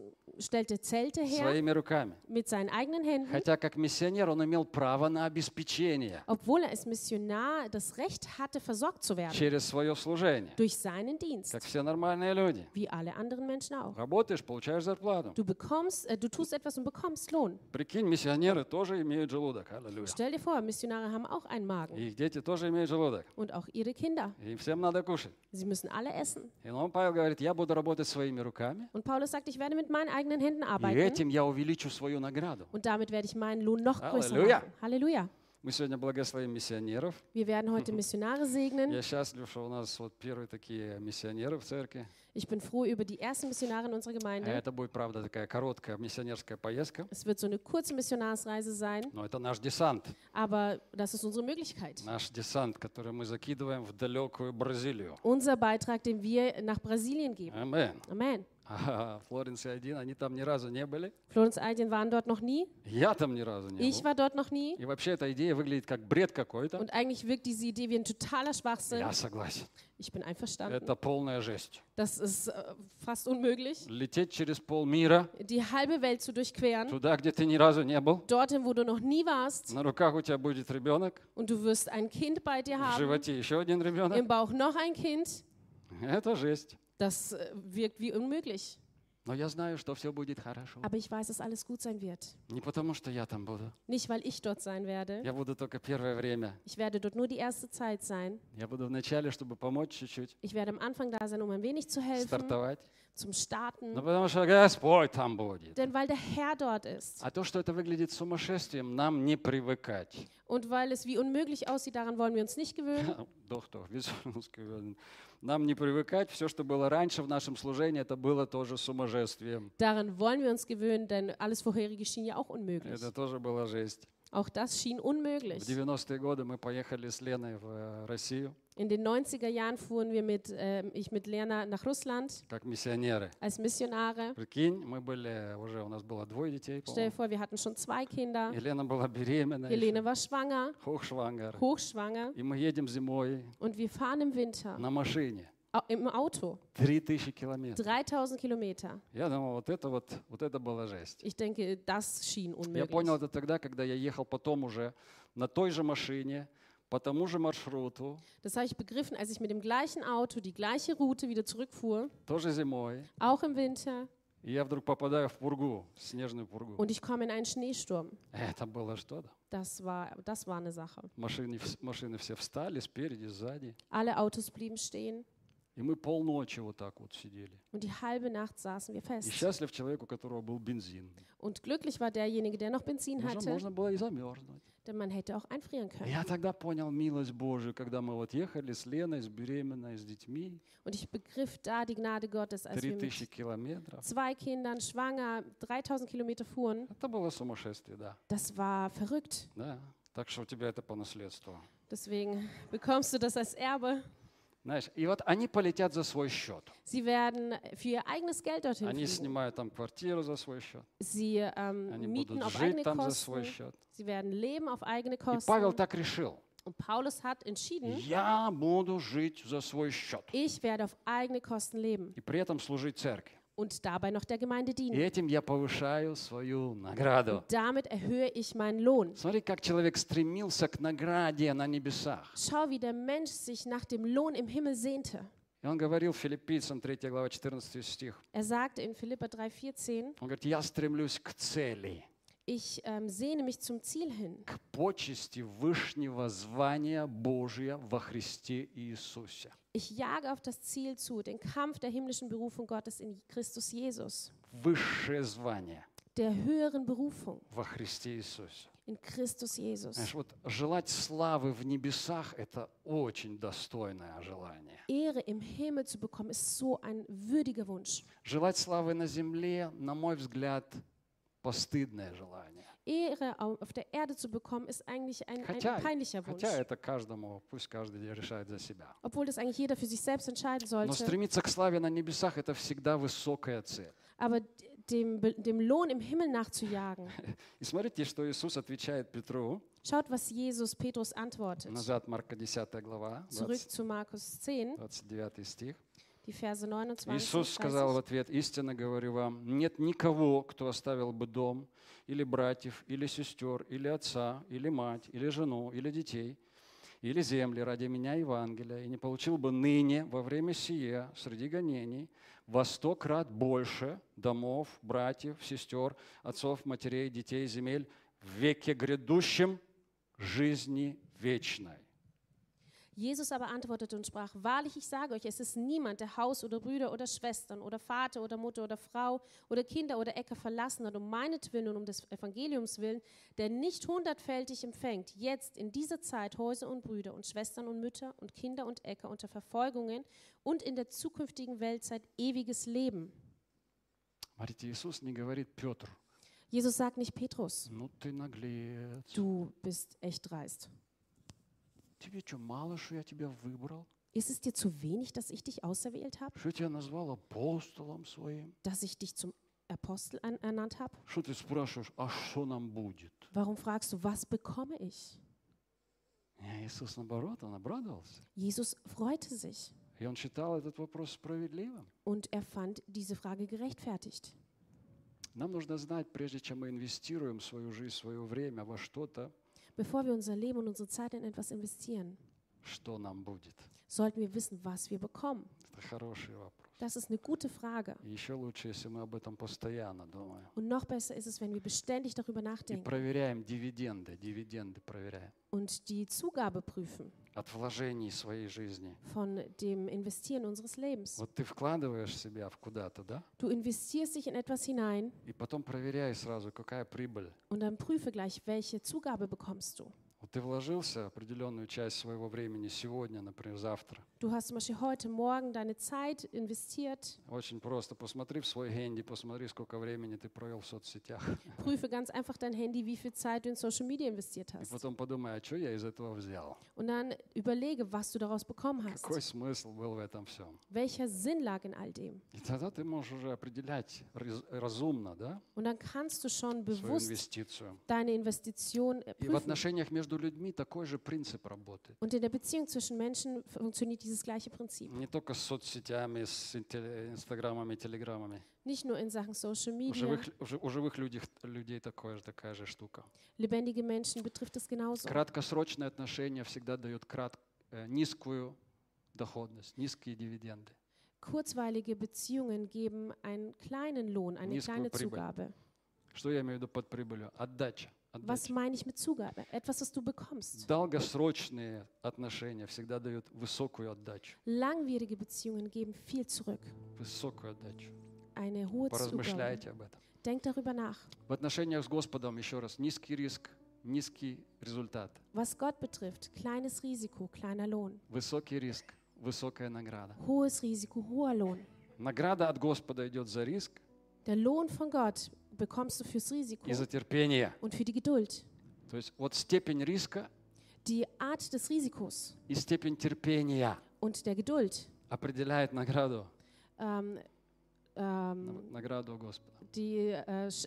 stellte Zelte her
своими руками.
mit seinen eigenen Händen,
Хотя как миссионер он имел право на обеспечение
obwohl er als Missionar das Recht hatte, versorgt zu werden
через свое служение,
durch seinen Dienst,
как все нормальные люди.
wie alle anderen Menschen auch.
Работаешь, получаешь зарплату.
Du bekommst, äh, du tust etwas und bekommst Lohn.
Прикинь, миссионеры тоже имеют желудок. Аллилуйя.
Stell dir vor, Missionare haben auch einen Magen
И Их дети тоже имеют желудок.
und auch ihre Kinder.
И всем надо кушать.
Sie müssen alle essen.
И он, Павел говорит, я буду работать своими руками,
Und Paulus sagt, ich werde mit meinen eigenen Händen
и
arbeiten
этим я увеличу свою награду.
und damit werde ich meinen Lohn noch größer
Halleluja.
machen. Halleluja.
Мы сегодня благословим миссионеров.
Wir werden heute Missionare segnen.
Я счастлив, что у нас вот первые такие миссионеры в церкви.
Ich bin froh über die ersten Missionare in unserer
А
Gemeinde.
Это будет, правда, такая korotkая миссионерская поездка.
Es wird so eine kurze Missionarsreise sein,
Но это наш десант.
aber das ist unsere Möglichkeit.
Наш десант, который мы закидываем в далекую Бразилию.
Unser Beitrag, den wir nach Brasilien geben.
Амин.
Amen.
Ага, Флоренс и один, они там ни разу не были.
Florenz und Aldien waren dort noch nie.
Я там ни разу не
Ich
был.
war dort noch nie.
И вообще эта идея выглядит как бред какой-то.
Und eigentlich wirkt diese Idee wie ein totaler Schwachsinn.
Я согласен.
Ich bin einverstanden.
Это polная жесть.
Das ist äh, fast unmöglich.
Лететь через полмира,
Die halbe Welt zu durchqueren,
туда, где ты ни разу не был.
dorthin, wo du noch nie warst,
На руках у тебя будет ребенок,
und du wirst ein Kind bei dir
в
haben,
животе еще один ребенок.
im Bauch noch ein Kind.
Это жесть.
Das äh, wirkt wie unmöglich.
Но я знаю, что все будет хорошо.
Aber ich weiß, dass alles gut sein wird.
Не потому, что я там буду.
Nicht, weil ich dort sein werde.
Я буду только первое время.
Ich werde dort nur die erste Zeit sein.
Я буду в начале, чтобы помочь чуть-чуть,
Ich werde am Anfang da sein, um ein wenig zu helfen,
стартовать.
zum Starten.
Но потому что Господь там будет.
Denn weil der Herr dort ist
А то, что это выглядит сумасшествием, нам не привыкать.
und weil es wie unmöglich aussieht, daran wollen wir uns nicht gewöhnen.
Доктор, нам не привыкать. Все, что было раньше в нашем служении, это было тоже сумасшествием.
Daran wollen wir uns gewöhnen, denn alles Vorherige schien ja auch unmöglich.
Это тоже была жесть.
Auch das schien
В
unmöglich.
90-е годы мы поехали с Леной в э, Россию
In den 90er Jahren fuhren wir mit, ähm, ich mit Lerner nach Russland
как миссионеры.
als Missionare.
Прикинь, мы были, уже у нас было двое детей,
Stell dir
по-моему.
vor, wir hatten schon zwei Kinder.
Елена была беременна.
Helene war schwanger,
Хохшвангар.
hochschwanger
И мы едем зимой
und wir fahren im Winter
на машине.
au- im Auto
3000 километров.
3000 Kilometer.
Я думал, вот это вот, вот это была жесть.
Ich denke, das schien
Я понял
unmöglich.
это тогда, когда я ехал потом уже на той же машине, по тому же маршруту,
Das habe ich begriffen, als ich mit dem gleichen Auto die gleiche Route wieder zurückfuhr,
тоже зимой.
auch im Winter.
И я вдруг попадаю в пургу, в снежную пургу.
Und ich komme in einen Schneesturm.
Это было что-то.
Das war, das war eine Sache.
Машины, вс- машины все встали спереди, сзади.
Alle Autos blieben stehen
И мы полночи вот так вот сидели.
und die halbe Nacht saßen wir
И
fest.
счастлив человек, у которого был бензин.
Und glücklich war derjenige, der noch Benzin
Уже
hatte,
можно было и замерзнуть.
denn man hätte auch einfrieren können.
Я тогда понял милость Божию, когда мы вот ехали с Леной, с беременной, с детьми,
Und ich begriff da die Gnade Gottes, als wir
3000
mit
километров.
zwei Kindern schwanger 3000 Kilometer fuhren.
Это было сумасшествие, да.
Das war verrückt.
да. Так что у тебя это по наследству.
Deswegen bekommst du das als Erbe.
Знаешь, и вот они полетят за свой счет.
Sie werden für ihr eigenes Geld dorthin
Они
fliegen.
снимают там квартиру за свой счет.
Sie
Они
ähm, mieten
будут
auf
жить
eigene
там за свой
Kosten.
счет.
Sie werden leben auf eigene
И Павел
Kosten.
так решил.
Und Paulus hat entschieden,
Я буду жить за свой счет.
Ich werde auf eigene Kosten leben
И при этом служить церкви.
und dabei noch der Gemeinde
И
dienen.
этим я повышаю свою награду.
Und damit erhöhe ich meinen Lohn.
Смотри, как человек стремился к награде на небесах.
Schau, wie der Mensch sich nach dem Lohn im Himmel sehnte.
И он говорил филиппийцам, 3 глава, 14 стих.
Er sagte in Philippa 3,14:
Он говорит, я стремлюсь к цели,
Ich ähm, sehne mich zum Ziel hin,
к почести вышнего звания Божия во Христе Иисусе.
ich jage auf das Ziel zu, den Kampf der himmlischen Berufung Gottes in Christus Jesus,
Высшее звание
der höheren Berufung
во Христе Иисусе.
in Christus Jesus.
Знаешь, вот желать славы в небесах – это очень достойное желание.
Ehre im Himmel zu bekommen, ist so ein würdiger Wunsch.
Желать славы на земле, на мой взгляд, постыдное желание.
Ehre au- auf der Erde zu bekommen, ist eigentlich ein, ein
Хотя,
peinlicher Wunsch.
хотя это каждому, пусть каждый решает за себя.
obwohl das eigentlich jeder für sich selbst entscheiden
Но
sollte.
стремиться к славе на небесах – это всегда высокая цель.
Aber d- dem, Be- dem Lohn im Himmel nachzujagen.
И смотрите, что Иисус отвечает Петру.
Schaut, was Jesus Petrus antwortet.
Назад Марка 10 глава,
Zurück
20,
zu Markus 10,
29 стих.
die Verse 29.
Иисус сказал в
30.
ответ, истинно говорю вам, нет никого, кто оставил бы дом, или братьев, или сестер, или отца, или мать, или жену, или детей, или земли ради меня Евангелия, и не получил бы ныне, во время сие, среди гонений, во сто крат больше домов, братьев, сестер, отцов, матерей, детей, земель в веке грядущем жизни вечной.
Jesus aber antwortete und sprach, wahrlich ich sage euch, es ist niemand, der Haus oder Brüder oder Schwestern oder Vater oder Mutter oder Frau oder Kinder oder Äcker verlassen hat, um meinetwillen und um des Evangeliums willen, der nicht hundertfältig empfängt, jetzt in dieser Zeit Häuser und Brüder und Schwestern und Mütter und Kinder und Äcker unter Verfolgungen und in der zukünftigen Weltzeit ewiges Leben.
Смотрите, Иисус не говорит Петр,
Jesus sagt nicht Petrus,
ну ты наглец.
du bist echt dreist.
Тебе что, мало, что я тебя выбрал?
Ist es dir zu wenig, dass ich dich auserwählt habe,
Что я тебя назвал апостолом своим?
dass ich dich zum Apostel an- ernannt habe?
Что ты спрашиваешь, а что нам будет?
Warum fragst du, was bekomme ich?
Не, Иисус, наоборот, он обрадовался.
Jesus freute sich
И он считал этот вопрос справедливым.
und er fand diese Frage gerechtfertigt.
Нам нужно знать, прежде чем мы инвестируем свою жизнь, свое время во что-то,
Bevor wir unser Leben und unsere Zeit in etwas investieren,
что нам будет.
sollten wir wissen, was wir bekommen.
Это хороший вопрос.
Das ist eine gute Frage.
И еще лучше, если мы об этом постоянно думаем.
Und noch besser ist es, wenn wir beständig darüber
И
nachdenken
проверяем дивиденды, дивиденды проверяем.
und die Zugabe prüfen
От вложений своей жизни.
von dem Investieren unseres Lebens.
Вот ты вкладываешь себя в куда-то, да?
Du investierst dich in etwas hinein
И потом проверяй сразу, какая прибыль.
und dann prüfe gleich, welche Zugabe bekommst du.
Вот ты вложился определенную часть своего времени сегодня, например, завтра.
Du hast zum Beispiel heute Morgen deine Zeit investiert.
Очень просто. Посмотри в свой хенди, посмотри, сколько времени ты провел в соцсетях.
Prüfe ganz einfach dein Handy, wie viel Zeit du in Social Media investiert
И
hast.
потом подумай, а что я из этого взял?
Und dann überlege, was du daraus bekommen hast.
Какой смысл был в этом всем?
Welcher Sinn lag in all dem?
И тогда ты можешь уже определять раз- разумно, да,
Und dann kannst du schon
свою
bewusst
инвестицию.
deine Investition äh,
И в
prüfen.
отношениях между людьми такой же принцип работает.
Und in der Beziehung zwischen Menschen funktioniert dieses gleiche Prinzip.
Не только с соцсетями, с интел- инстаграмами, телеграммами.
Nicht nur in Sachen Social
У
Media.
живых, у жи- у живых людей, людей такое же, такая же штука.
Lebendige Menschen betrifft es genauso.
Краткосрочные отношения всегда дают крат- э, низкую доходность, низкие дивиденды.
Kurzweilige Beziehungen geben einen kleinen Lohn, eine
Низкую
kleine
прибыль.
Zugabe.
Что я имею в виду под прибылью? Отдача.
Was
отдача.
meine ich mit Zugabe? Etwas, was du bekommst.
Долгосрочные отношения всегда дают высокую отдачу.
Langwierige Beziehungen geben viel zurück.
Высокую отдачу.
Eine hohe Zugabe.
Поразмышляйте об этом.
Denk darüber nach.
В отношениях с Господом, еще раз, низкий риск, низкий результат.
Was Gott betrifft, kleines Risiko, kleiner Lohn.
Высокий риск, высокая награда.
Hohes Risiko, hoher Lohn.
Награда от Господа идет за риск
Der Lohn von Gott bekommst du fürs Risiko
и за терпение.
und für die Geduld.
То есть вот степень риска
Die Art des Risikos
и степень терпения
und der Geduld,
определяет награду,
ähm, ähm,
нав- награду Господа.
die äh, sch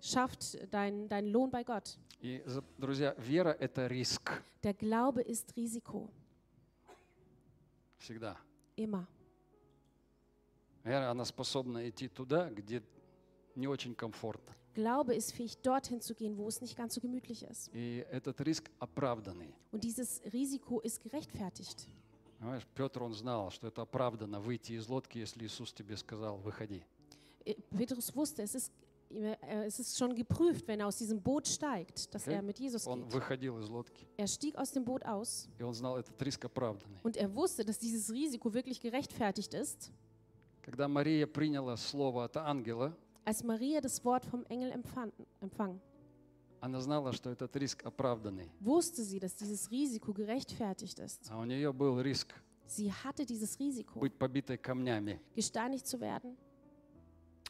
schafft deinen dein Lohn bei Gott.
И, за- друзья, вера — это риск
Der Glaube ist Risiko,
всегда.
immer.
Вера, она способна идти туда, где не очень комфортно.
Glaube ist fähig, dorthin zu gehen, wo es nicht ganz so gemütlich ist.
И этот риск оправданный.
Und dieses Risiko ist gerechtfertigt.
Понимаешь, Петр, он знал, что это оправдано выйти из лодки, если Иисус тебе сказал, выходи.
Äh, Petrus wusste, es ist, ihm- äh, es ist schon geprüft, wenn er aus diesem Boot steigt, dass
Okay.
er mit Jesus
Он
geht.
выходил из лодки,
Er stieg aus dem Boot aus
и он знал, этот риск оправданный.
und er wusste, dass dieses Risiko wirklich gerechtfertigt ist.
Когда Мария приняла слово от ангела,
Als Maria das Wort vom Engel empfang, empfang
она знала, что этот риск оправданный.
wusste sie, dass dieses Risiko gerechtfertigt ist.
А у нее был риск
Sie hatte dieses Risiko,
быть побитой камнями.
gesteinigt zu werden,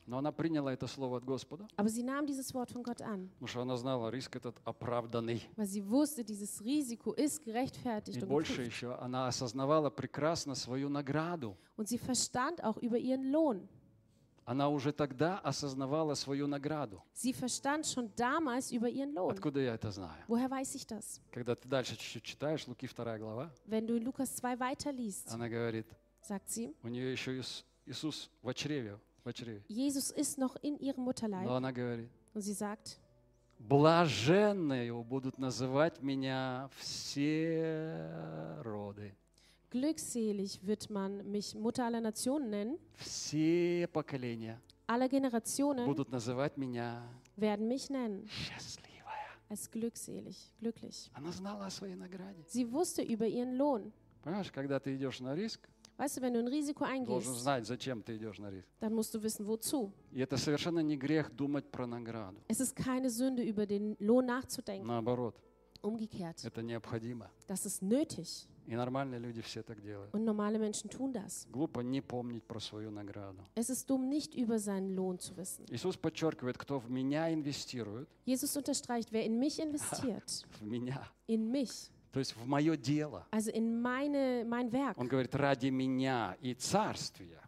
Но она приняла это слово от Господа,
aber sie nahm dieses Wort von Gott an,
потому что она знала, риск этот оправданный.
weil sie wusste, dieses Risiko ist gerechtfertigt
И
und,
больше
geprüft.
еще, она осознавала прекрасно свою награду.
und sie verstand auch über ihren Lohn.
Она уже тогда осознавала свою награду.
Sie verstand schon damals über ihren Lohn.
Откуда я это знаю?
Woher weiß ich das?
Когда ты дальше чуть-чуть читаешь, Луки 2 глава,
Wenn du in Lukas 2 weiterliest,
она говорит,
sagt sie,
у нее еще Иис- Иисус в чреве, в чреве.
Jesus ist noch in ihrem
Но
Mutterleib
она говорит,
und sie sagt,
блаженные будут называть меня все роды,
glückselig wird man mich Mutter aller Nationen nennen,
все поколения
aller Generationen
будут называть меня
werden mich nennen
счастливая.
als glückselig, glücklich.
Она знала о своей награде.
Sie wusste über ihren Lohn.
Понимаешь, когда ты идешь на риск,
Weißt du, wenn du ein Risiko
должен
eingehst,
знать, зачем ты идешь на риск.
dann musst du wissen, wozu.
И это совершенно не грех думать про награду.
Es ist keine Sünde, über den Lohn nachzudenken.
Наоборот,
Umgekehrt,
это необходимо.
das ist nötig.
И нормальные люди все так делают.
Und normale Menschen tun das.
Глупо не помнить про свою награду.
Es ist dumm, nicht über seinen Lohn zu wissen.
Иисус подчеркивает, кто в меня инвестирует,
Jesus unterstreicht, wer in mich investiert,
в меня,
in mich,
то есть в мое дело.
also in meine, mein Werk,
Он говорит, ради меня и царствия.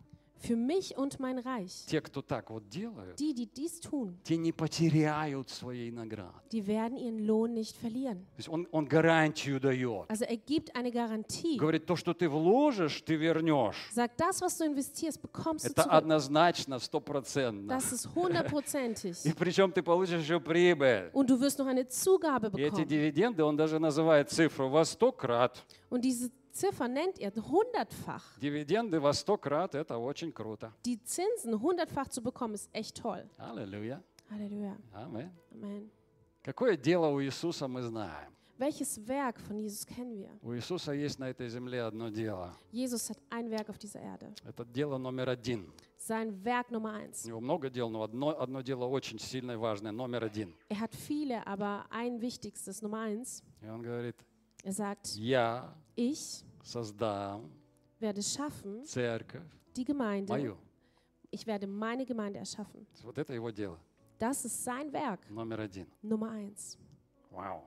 für mich und mein Reich,
Те, кто так вот делают,
die, die dies tun,
те не потеряют своей награды.
die werden ihren Lohn nicht verlieren.
То есть он, он гарантию дает.
Also er gibt eine Garantie.
Говорит, то, что ты вложишь, ты вернешь.
Sagt, das, was du investierst, bekommst du
Это
zurück.
однозначно, стопроцентно.
Das ist hundertprozentig.
И причем ты получишь еще прибыль.
Und du wirst noch eine Zugabe
И эти
bekommen.
дивиденды, он даже называет цифру во сто крат.
Und diese Ziffer nennt er hundertfach.
Дивиденды во сто крат – это очень круто.
Die Zinsen hundertfach zu bekommen, ist echt toll.
Аллилуйя.
Halleluja.
Аминь.
Amen.
Какое дело у Иисуса мы знаем?
Welches Werk von Jesus kennen wir?
У Иисуса есть на этой земле одно дело.
Jesus hat ein Werk auf dieser Erde.
Это дело номер один.
Sein Werk Nummer
У
eins.
него много дел, но одно, одно дело очень сильное, важное, номер один.
Er hat viele, aber ein wichtigstes Nummer eins.
И он говорит,
Er sagt,
я
ich
создам
werde schaffen,
церковь
die Gemeinde.
мою.
Ich werde meine Gemeinde erschaffen.
Вот это его дело,
Das ist sein Werk
номер один.
Nummer eins.
Вау.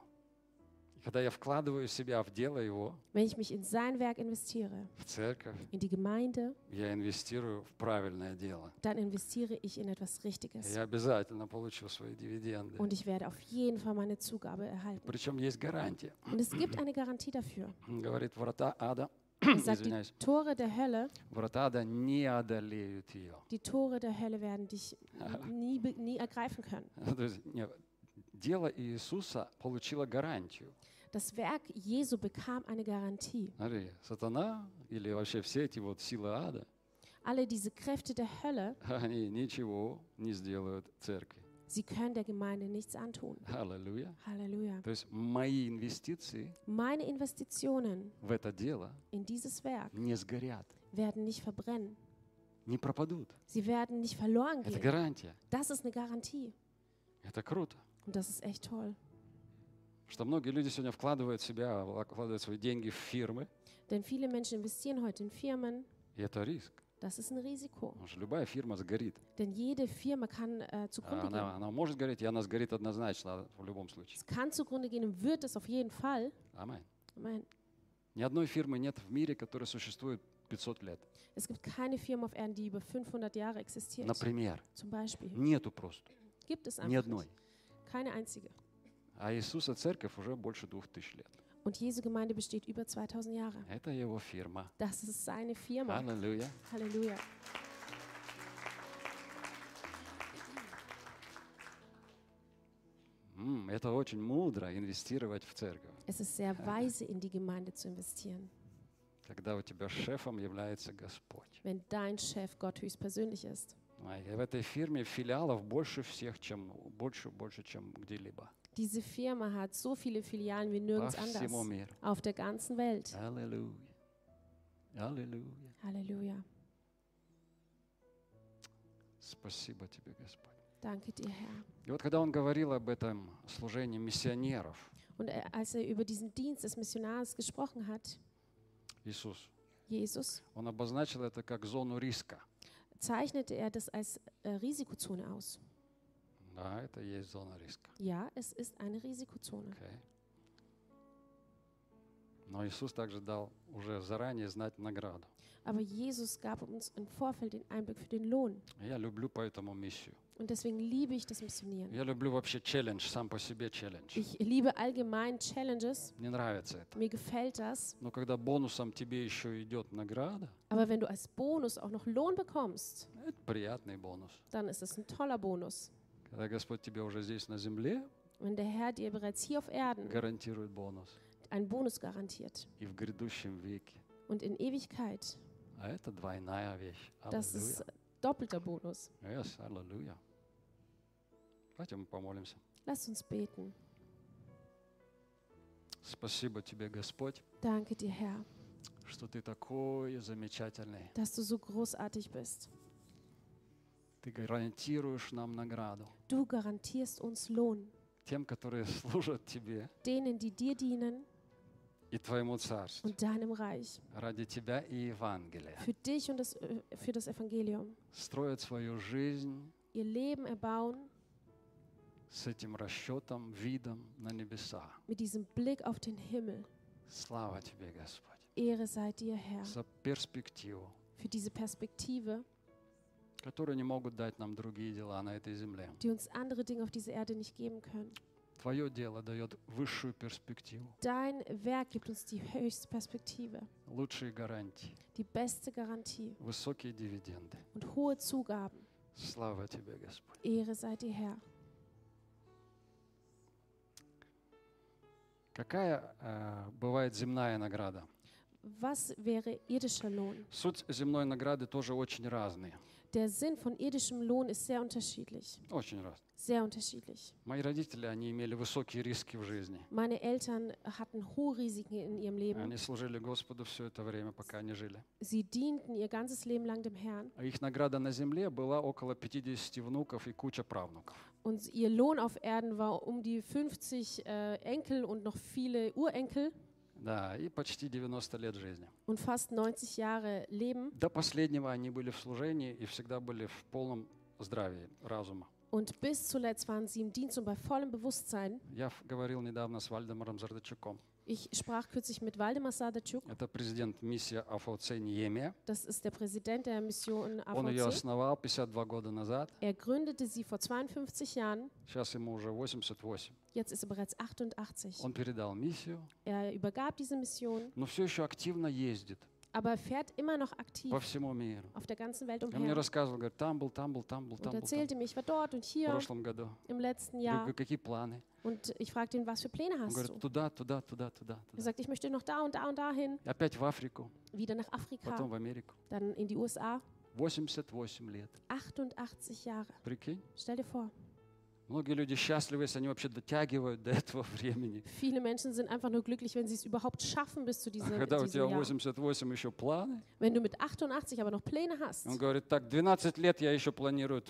И когда я вкладываю себя в дело его,
Wenn ich mich in sein Werk investiere,
в церковь,
in die Gemeinde,
я инвестирую в правильное дело.
dann investiere ich in etwas
И
Richtiges.
Я обязательно получу свои дивиденды.
Und ich werde auf jeden Fall meine Zugabe erhalten.
Причем есть гарантия.
Und es gibt eine Garantie dafür.
Он говорит, врата ада,
Er sagt, die
извиняюсь,
Tore der Hölle,
врата ада не одолеют ее.
die Tore der Hölle werden dich nie, be- nie ergreifen können.
То есть, нет, дело Иисуса получило гарантию.
Das Werk Jesu bekam eine Garantie.
Смотри, сатана или вообще все эти вот силы ада,
Alle diese Kräfte der Hölle,
они ничего не сделают церкви.
sie können der Gemeinde nichts antun.
Аллилуйя.
Halleluja.
То есть мои инвестиции
Meine Investitionen
в это дело
in dieses Werk
не сгорят,
werden nicht verbrennen.
не пропадут.
Sie werden nicht verloren
Это
gehen.
гарантия.
Das ist eine Garantie.
Это круто.
Und das ist echt toll.
Что многие люди сегодня вкладывают в себя, вкладывают свои деньги в фирмы.
Denn viele Menschen investieren heute in Firmen.
И это риск.
Das ist ein Risiko.
Потому что любая фирма сгорит. А
Denn jede Firma kann äh, zugrunde
Она,
gehen.
она может гореть, и она сгорит однозначно а, в любом случае.
Es kann zugrunde gehen und wird es auf jeden Fall.
Аминь.
Ich meine,
Ни одной фирмы нет в мире, которая существует 500 лет.
es gibt keine Firma auf Erden, die über 500 Jahre existiert.
Например,
Zum Beispiel.
нету просто,
Gibt es
ни
einfach
одной.
nicht. Keine einzige.
А Иисуса церковь уже больше двух тысяч лет.
Und Jesu Gemeinde besteht über 2000 Jahre.
Это его фирма.
Das ist seine Firma.
Аллилуйя.
Halleluja.
М, это очень мудро инвестировать в церковь,
Es ist sehr weise, in die Gemeinde zu investieren,
когда у тебя шефом является Господь.
wenn dein Chef Gott höchstpersönlich ist.
А и в этой фирме филиалов больше всех, чем больше, больше, чем где-либо.
Diese Firma hat so viele Filialen wie
По
nirgends
всему
anders.
миру.
Auf der ganzen Welt.
Аллилуйя. Аллилуйя.
Halleluja.
Спасибо тебе, Господь.
Danke dir, Herr.
И вот когда он говорил об этом служении миссионеров,
Und äh, als er über diesen Dienst des Missionars gesprochen hat,
Иисус,
Jesus,
он обозначил это как зону риска.
zeichnete er das als äh, Risikozone aus.
Да, это и есть зона риска.
Ja, es ist eine Risikozone.
Окей. Но Иисус также дал уже заранее знать награду.
Aber Jesus gab uns im Vorfeld den Einblick für den Lohn.
Я люблю поэтому миссию.
Und deswegen liebe ich das Missionieren.
Я люблю вообще челлендж, сам по себе челлендж.
Ich liebe allgemein Challenges.
Мне нравится это.
Mir gefällt das.
Но когда бонусом тебе еще идет награда,
Aber wenn du als Bonus auch noch Lohn bekommst,
это приятный бонус.
dann ist es ein toller Bonus.
Когда Господь тебе уже здесь на земле
Wenn der Herr dir bereits hier auf Erden
гарантирует бонус
einen Bonus garantiert
и в грядущем веке.
und in Ewigkeit,
А это двойная вещь.
das
Аллилуйя.
ist doppelter Bonus.
Yes, аллилуйя. Давайте мы помолимся.
Lass uns beten.
Спасибо тебе, Господь,
Danke dir, Herr,
что ты такой замечательный.
dass du so großartig bist.
Ты гарантируешь нам награду
Du garantierst uns Lohn,
тем, которые служат тебе
denen, die dir dienen
и твоему царству.
und deinem Reich,
Ради тебя и Евангелия.
für dich und das, äh, für das Evangelium.
Строят свою жизнь
Ihr Leben erbauen
с этим расчетом, видом на небеса.
mit diesem Blick auf den Himmel.
Слава тебе, Господь,
Ehre sei dir, Herr,
за перспективу,
für diese Perspektive,
которую не могут дать нам другие дела на этой земле.
die uns andere Dinge auf dieser Erde nicht geben können.
Твое дело дает высшую перспективу,
Dein Werk gibt uns die höchste Perspektive,
лучшие гарантии,
die beste Garantie
высокие дивиденды.
und hohe Zugaben.
Слава тебе, Господь.
Ehre sei dir, Herr.
Какая э, бывает земная награда?
Was wäre irdischer Lohn?
Суть земной награды тоже очень разные.
Der Sinn von irdischem Lohn ist sehr unterschiedlich.
Очень разные.
Sehr unterschiedlich.
Мои родители, они имели высокие риски в жизни.
Meine Eltern hatten hohe Risiken in ihrem Leben.
Они служили Господу все это время, пока они жили.
Sie dienten ihr ganzes Leben lang dem Herrn
А Их награда на земле была около 50 внуков и куча правнуков.
und ihr Lohn auf Erden war um die 50 äh, Enkel und noch viele Urenkel
Да, и почти 90 лет жизни.
und fast 90 Jahre Leben.
До последнего они были в служении и всегда были в полном здравии разума.
Und bis zuletzt waren sie im Dienst und bei vollem Bewusstsein.
Я ф- говорил недавно с Вальдемаром Зардачуком.
Ich sprach kürzlich mit Waldemar Sadatschuk,
Это президент миссии АФОЦ Ниемия.
das ist der Präsident der Mission
Он ее
AVC.
основал 52 года назад.
Er gründete sie vor 52 Jahren,
Сейчас ему уже 88.
jetzt ist er bereits 88.
Он передал миссию,
Er übergab diese Mission,
но все еще активно ездит
aber fährt immer noch aktiv
по всему миру.
auf der ganzen Welt
Он
umher
мне рассказывал, говорит, там был, там был, там был,
und
там был, там был
erzählte mir, ich war dort und
в
hier
прошлом году.
im letzten
Я
Jahr.
говорю, какие планы?
Und ich fragte ihn, was für Pläne
Он
hast
говорит,
du?
туда, туда, туда, туда,
Er
туда.
sagte, ich möchte noch da und da und dahin,
Опять в Африку,
wieder nach
потом
Afrika,
в Америку.
dann in die USA.
88 лет.
88 Jahre,
Прикинь?
stell dir vor.
Многие люди счастливы, если они вообще дотягивают до этого времени.
Viele Menschen sind einfach nur glücklich, wenn sie es überhaupt schaffen bis zu
А
dieser,
когда у тебя
diesem Jahr.
88 еще планы,
Wenn du mit 88 aber noch Pläne hast
он говорит, так, 12 лет я еще планирую.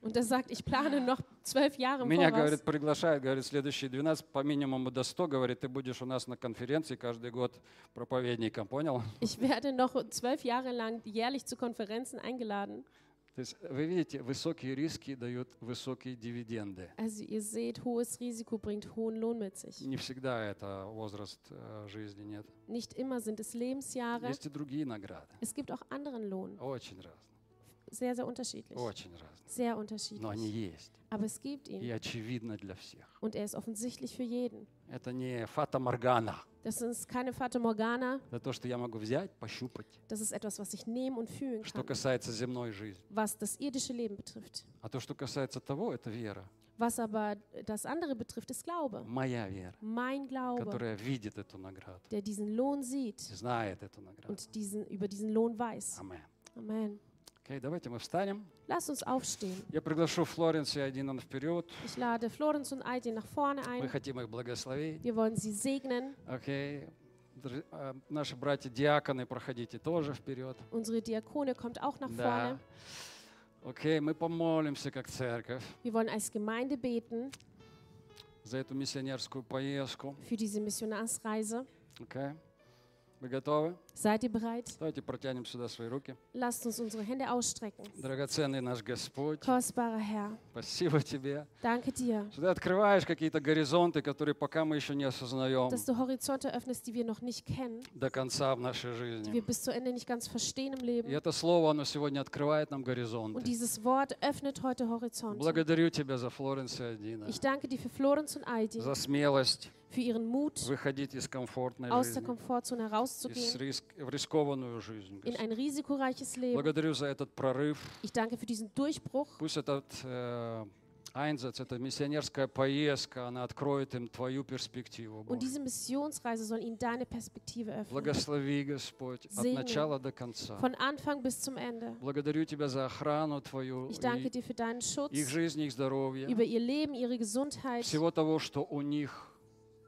und das sagt, ich plane noch zwölf Jahre im
Меня,
Voraus,
говорит, приглашают, говорит, следующие 12, по минимуму до 100, говорит, ты будешь у нас на конференции каждый год проповедником, понял?
ich werde noch zwölf Jahre lang jährlich zu Konferenzen eingeladen.
То есть вы видите, высокие риски дают высокие дивиденды.
Also ihr seht, hohes Risiko bringt hohen Lohn mit sich.
Не всегда это возраст э, жизни, нет.
Nicht immer sind es Lebensjahre.
Есть и другие награды.
Es gibt auch anderen Lohn.
Очень разные,
Sehr, sehr unterschiedlich.
очень разные.
Sehr
Но они
unterschiedlich.
есть.
Aber es gibt
И
ihn.
очевидно для всех.
Und er ist offensichtlich für jeden.
Это не фата моргана.
Das ist keine Fata Morgana.
Это то, что я могу взять, пощупать,
Das ist etwas, was ich nehmen und fühlen
что
kann,
касается земной жизни.
was das irdische Leben betrifft.
А то, что касается того, это вера.
Was aber das andere betrifft, ist Glaube.
Моя вера,
Mein Glaube,
которая видит эту награду,
der diesen Lohn sieht
знает эту награду.
und diesen, über diesen Lohn weiß.
Аминь.
Amen.
Окей, давайте мы встанем.
Lass uns aufstehen.
Я приглашу Флоренс и Айдина вперед.
Ich lade Florenz und Aidin nach vorne
Мы
ein.
хотим их благословить.
Wir wollen sie segnen.
Окей. Др- а, Наши братья-диаконы, проходите тоже вперед.
Unsere Diakone kommt auch nach
Да.
vorne.
Окей, мы помолимся как церковь
Wir wollen als Gemeinde beten
за эту миссионерскую поездку.
für diese Missionarsreise.
Окей. Вы готовы?
Seid ihr bereit?
Давайте протянем сюда свои руки.
Lasst uns unsere Hände ausstrecken.
Драгоценный наш Господь,
Kostbarer Herr,
спасибо Тебе,
danke dir,
что Ты открываешь какие-то горизонты, которые пока мы еще не осознаем
dass du Horizonte öffnest, die wir noch nicht kennen,
до конца в нашей
die
жизни.
wir bis zu Ende nicht ganz verstehen im
И
Leben.
это слово, оно сегодня открывает нам
Und
горизонты.
dieses Wort öffnet heute Horizonte.
Благодарю Тебя за Флоренс и Адина,
Ich danke dir für Florenz und Aidin,
за смелость
für ihren Mut,
выходить из комфортной
aus der
жизни,
Komfortzone
из
herauszugehen,
риск- в рискованную жизнь.
in
Господь.
ein risikoreiches Leben.
Благодарю за этот прорыв.
Ich danke für diesen Durchbruch.
Пусть этот э, Айнзац, эта миссионерская поездка, она откроет им Твою перспективу. Боже.
Und diese Missionsreise soll ihnen deine Perspektive öffnen.
Благослови, Господь, от
Segni.
начала до конца.
Von Anfang bis zum Ende.
Благодарю Тебя за охрану Твою,
Ich
и
danke dir für deinen
их
Schutz
жизнь, их здоровье,
über ihr Leben, ihre Gesundheit,
всего того, что у них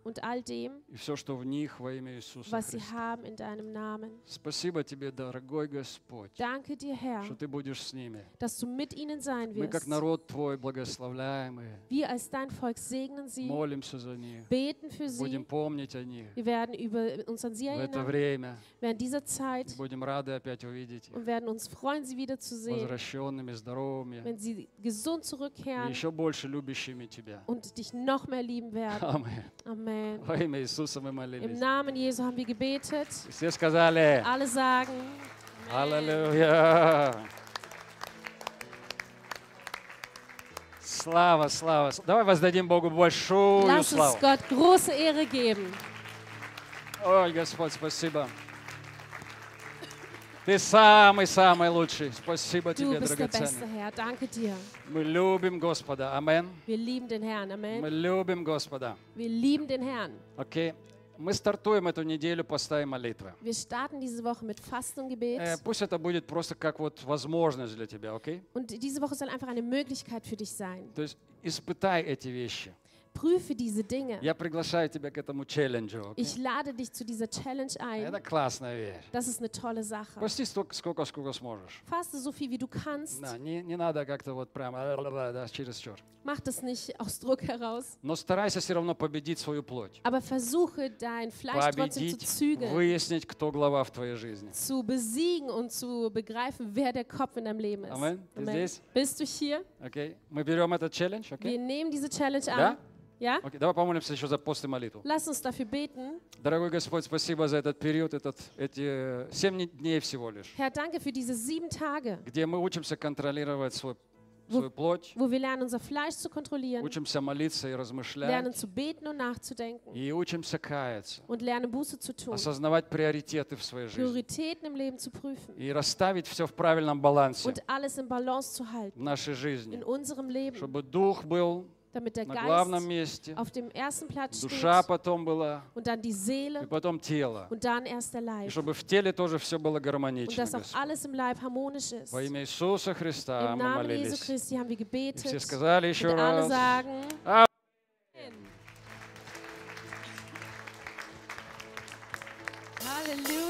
und all dem,
и все, что в них во имя Иисуса
was sie
Христа.
haben in deinem Namen.
Спасибо тебе, дорогой Господь,
Danke dir, Herr,
что ты будешь с ними.
dass du mit ihnen sein
Мы, как
wirst.
народ Твой, благословляемые,
Wir als dein Volk segnen sie,
молимся за них,
beten für
будем
sie.
помнить о них
Wir werden über uns an sie
в это
erinnern
время
während dieser
и
Zeit
будем рады опять увидеть их
und werden uns freuen, sie wiederzusehen,
возвращенными, здоровыми
wenn sie gesund
и
zurückkehren
еще больше любящими Тебя.
und dich noch mehr lieben werden.
Аминь.
Amen.
Во имя Иисуса мы
Im
молились.
Namen Jesu haben wir gebetet.
И Все сказали
Alle sagen,
Аллилуйя. Слава, слава. с- Давай воздадим Богу большую
lass
славу.
uns Gott große Ehre geben.
Ой, Господь, спасибо. Ты самый-самый лучший. Спасибо
Du
тебе,
bist der beste
драгоценный.
Herr. Danke dir.
Мы любим Господа. Амен.
Wir lieben den Herrn.
Мы
Amen.
любим Господа.
Wir lieben den Herrn.
Окей. Мы стартуем эту неделю поста и молитвы.
Wir starten diese Woche mit Fasten und
Э,
Gebet.
пусть это будет просто как вот возможность для тебя, окей?
Und diese Woche soll einfach eine Möglichkeit für dich sein.
То есть испытай эти вещи.
Prüfe diese Dinge.
Я приглашаю тебя к этому челленджу. окей?
Ich lade dich zu dieser Challenge
Это
ein.
классная вещь.
Das ist eine tolle Sache.
Пости столько, сколько, сколько сможешь.
Faste so viel, wie du kannst.
Да, не, не надо как-то вот прям да, через
Mach das nicht aus Druck heraus.
Но старайся все равно победить свою плоть.
Aber versuche, dein Fleisch trotzdem zu
победить,
zügeln,
выяснить, кто глава в твоей жизни.
zu besiegen und zu begreifen, wer der Kopf in deinem Leben ist.
Amen. Ты здесь?
Bist du hier?
Окей? Мы берем этот челлендж,
Wir
окей?
nehmen diese Challenge an.
Да?
Ja?
Окей, давай помолимся еще за пост и молитву.
Lass uns дafür beten.
Дорогой Господь, спасибо за этот период, этот, эти э, семь не- дней всего лишь,
Herr, danke für diese sieben Tage,
где мы учимся контролировать свой,
Wo-
свою плоть,
wo wir lernen, unser Fleisch zu kontrollieren,
учимся молиться и
lernen
размышлять,
zu beten und nachzudenken
и учимся каяться,
und lernen Buße zu tun,
осознавать приоритеты в своей жизни.
Prioritäten im Leben zu prüfen
и расставить все в правильном балансе
und alles in Balance zu halten
в
in
нашей жизни,
unserem Leben,
чтобы дух был
damit der
на главном
Geist
месте,
auf dem ersten Platz
душа
steht
потом была,
und dann die
и
Seele
потом тело.
und dann erst der
И
Leib
чтобы в теле тоже все было
und
гармонично.
dass
Господь.
auch alles im Leib harmonisch ist.
Во
Im
имя Иисуса Христа мы
Namen Jesu
молились.
Christi haben wir
И все
gebetet und
сказали еще
alle
раз.
sagen,
А-
Halleluja.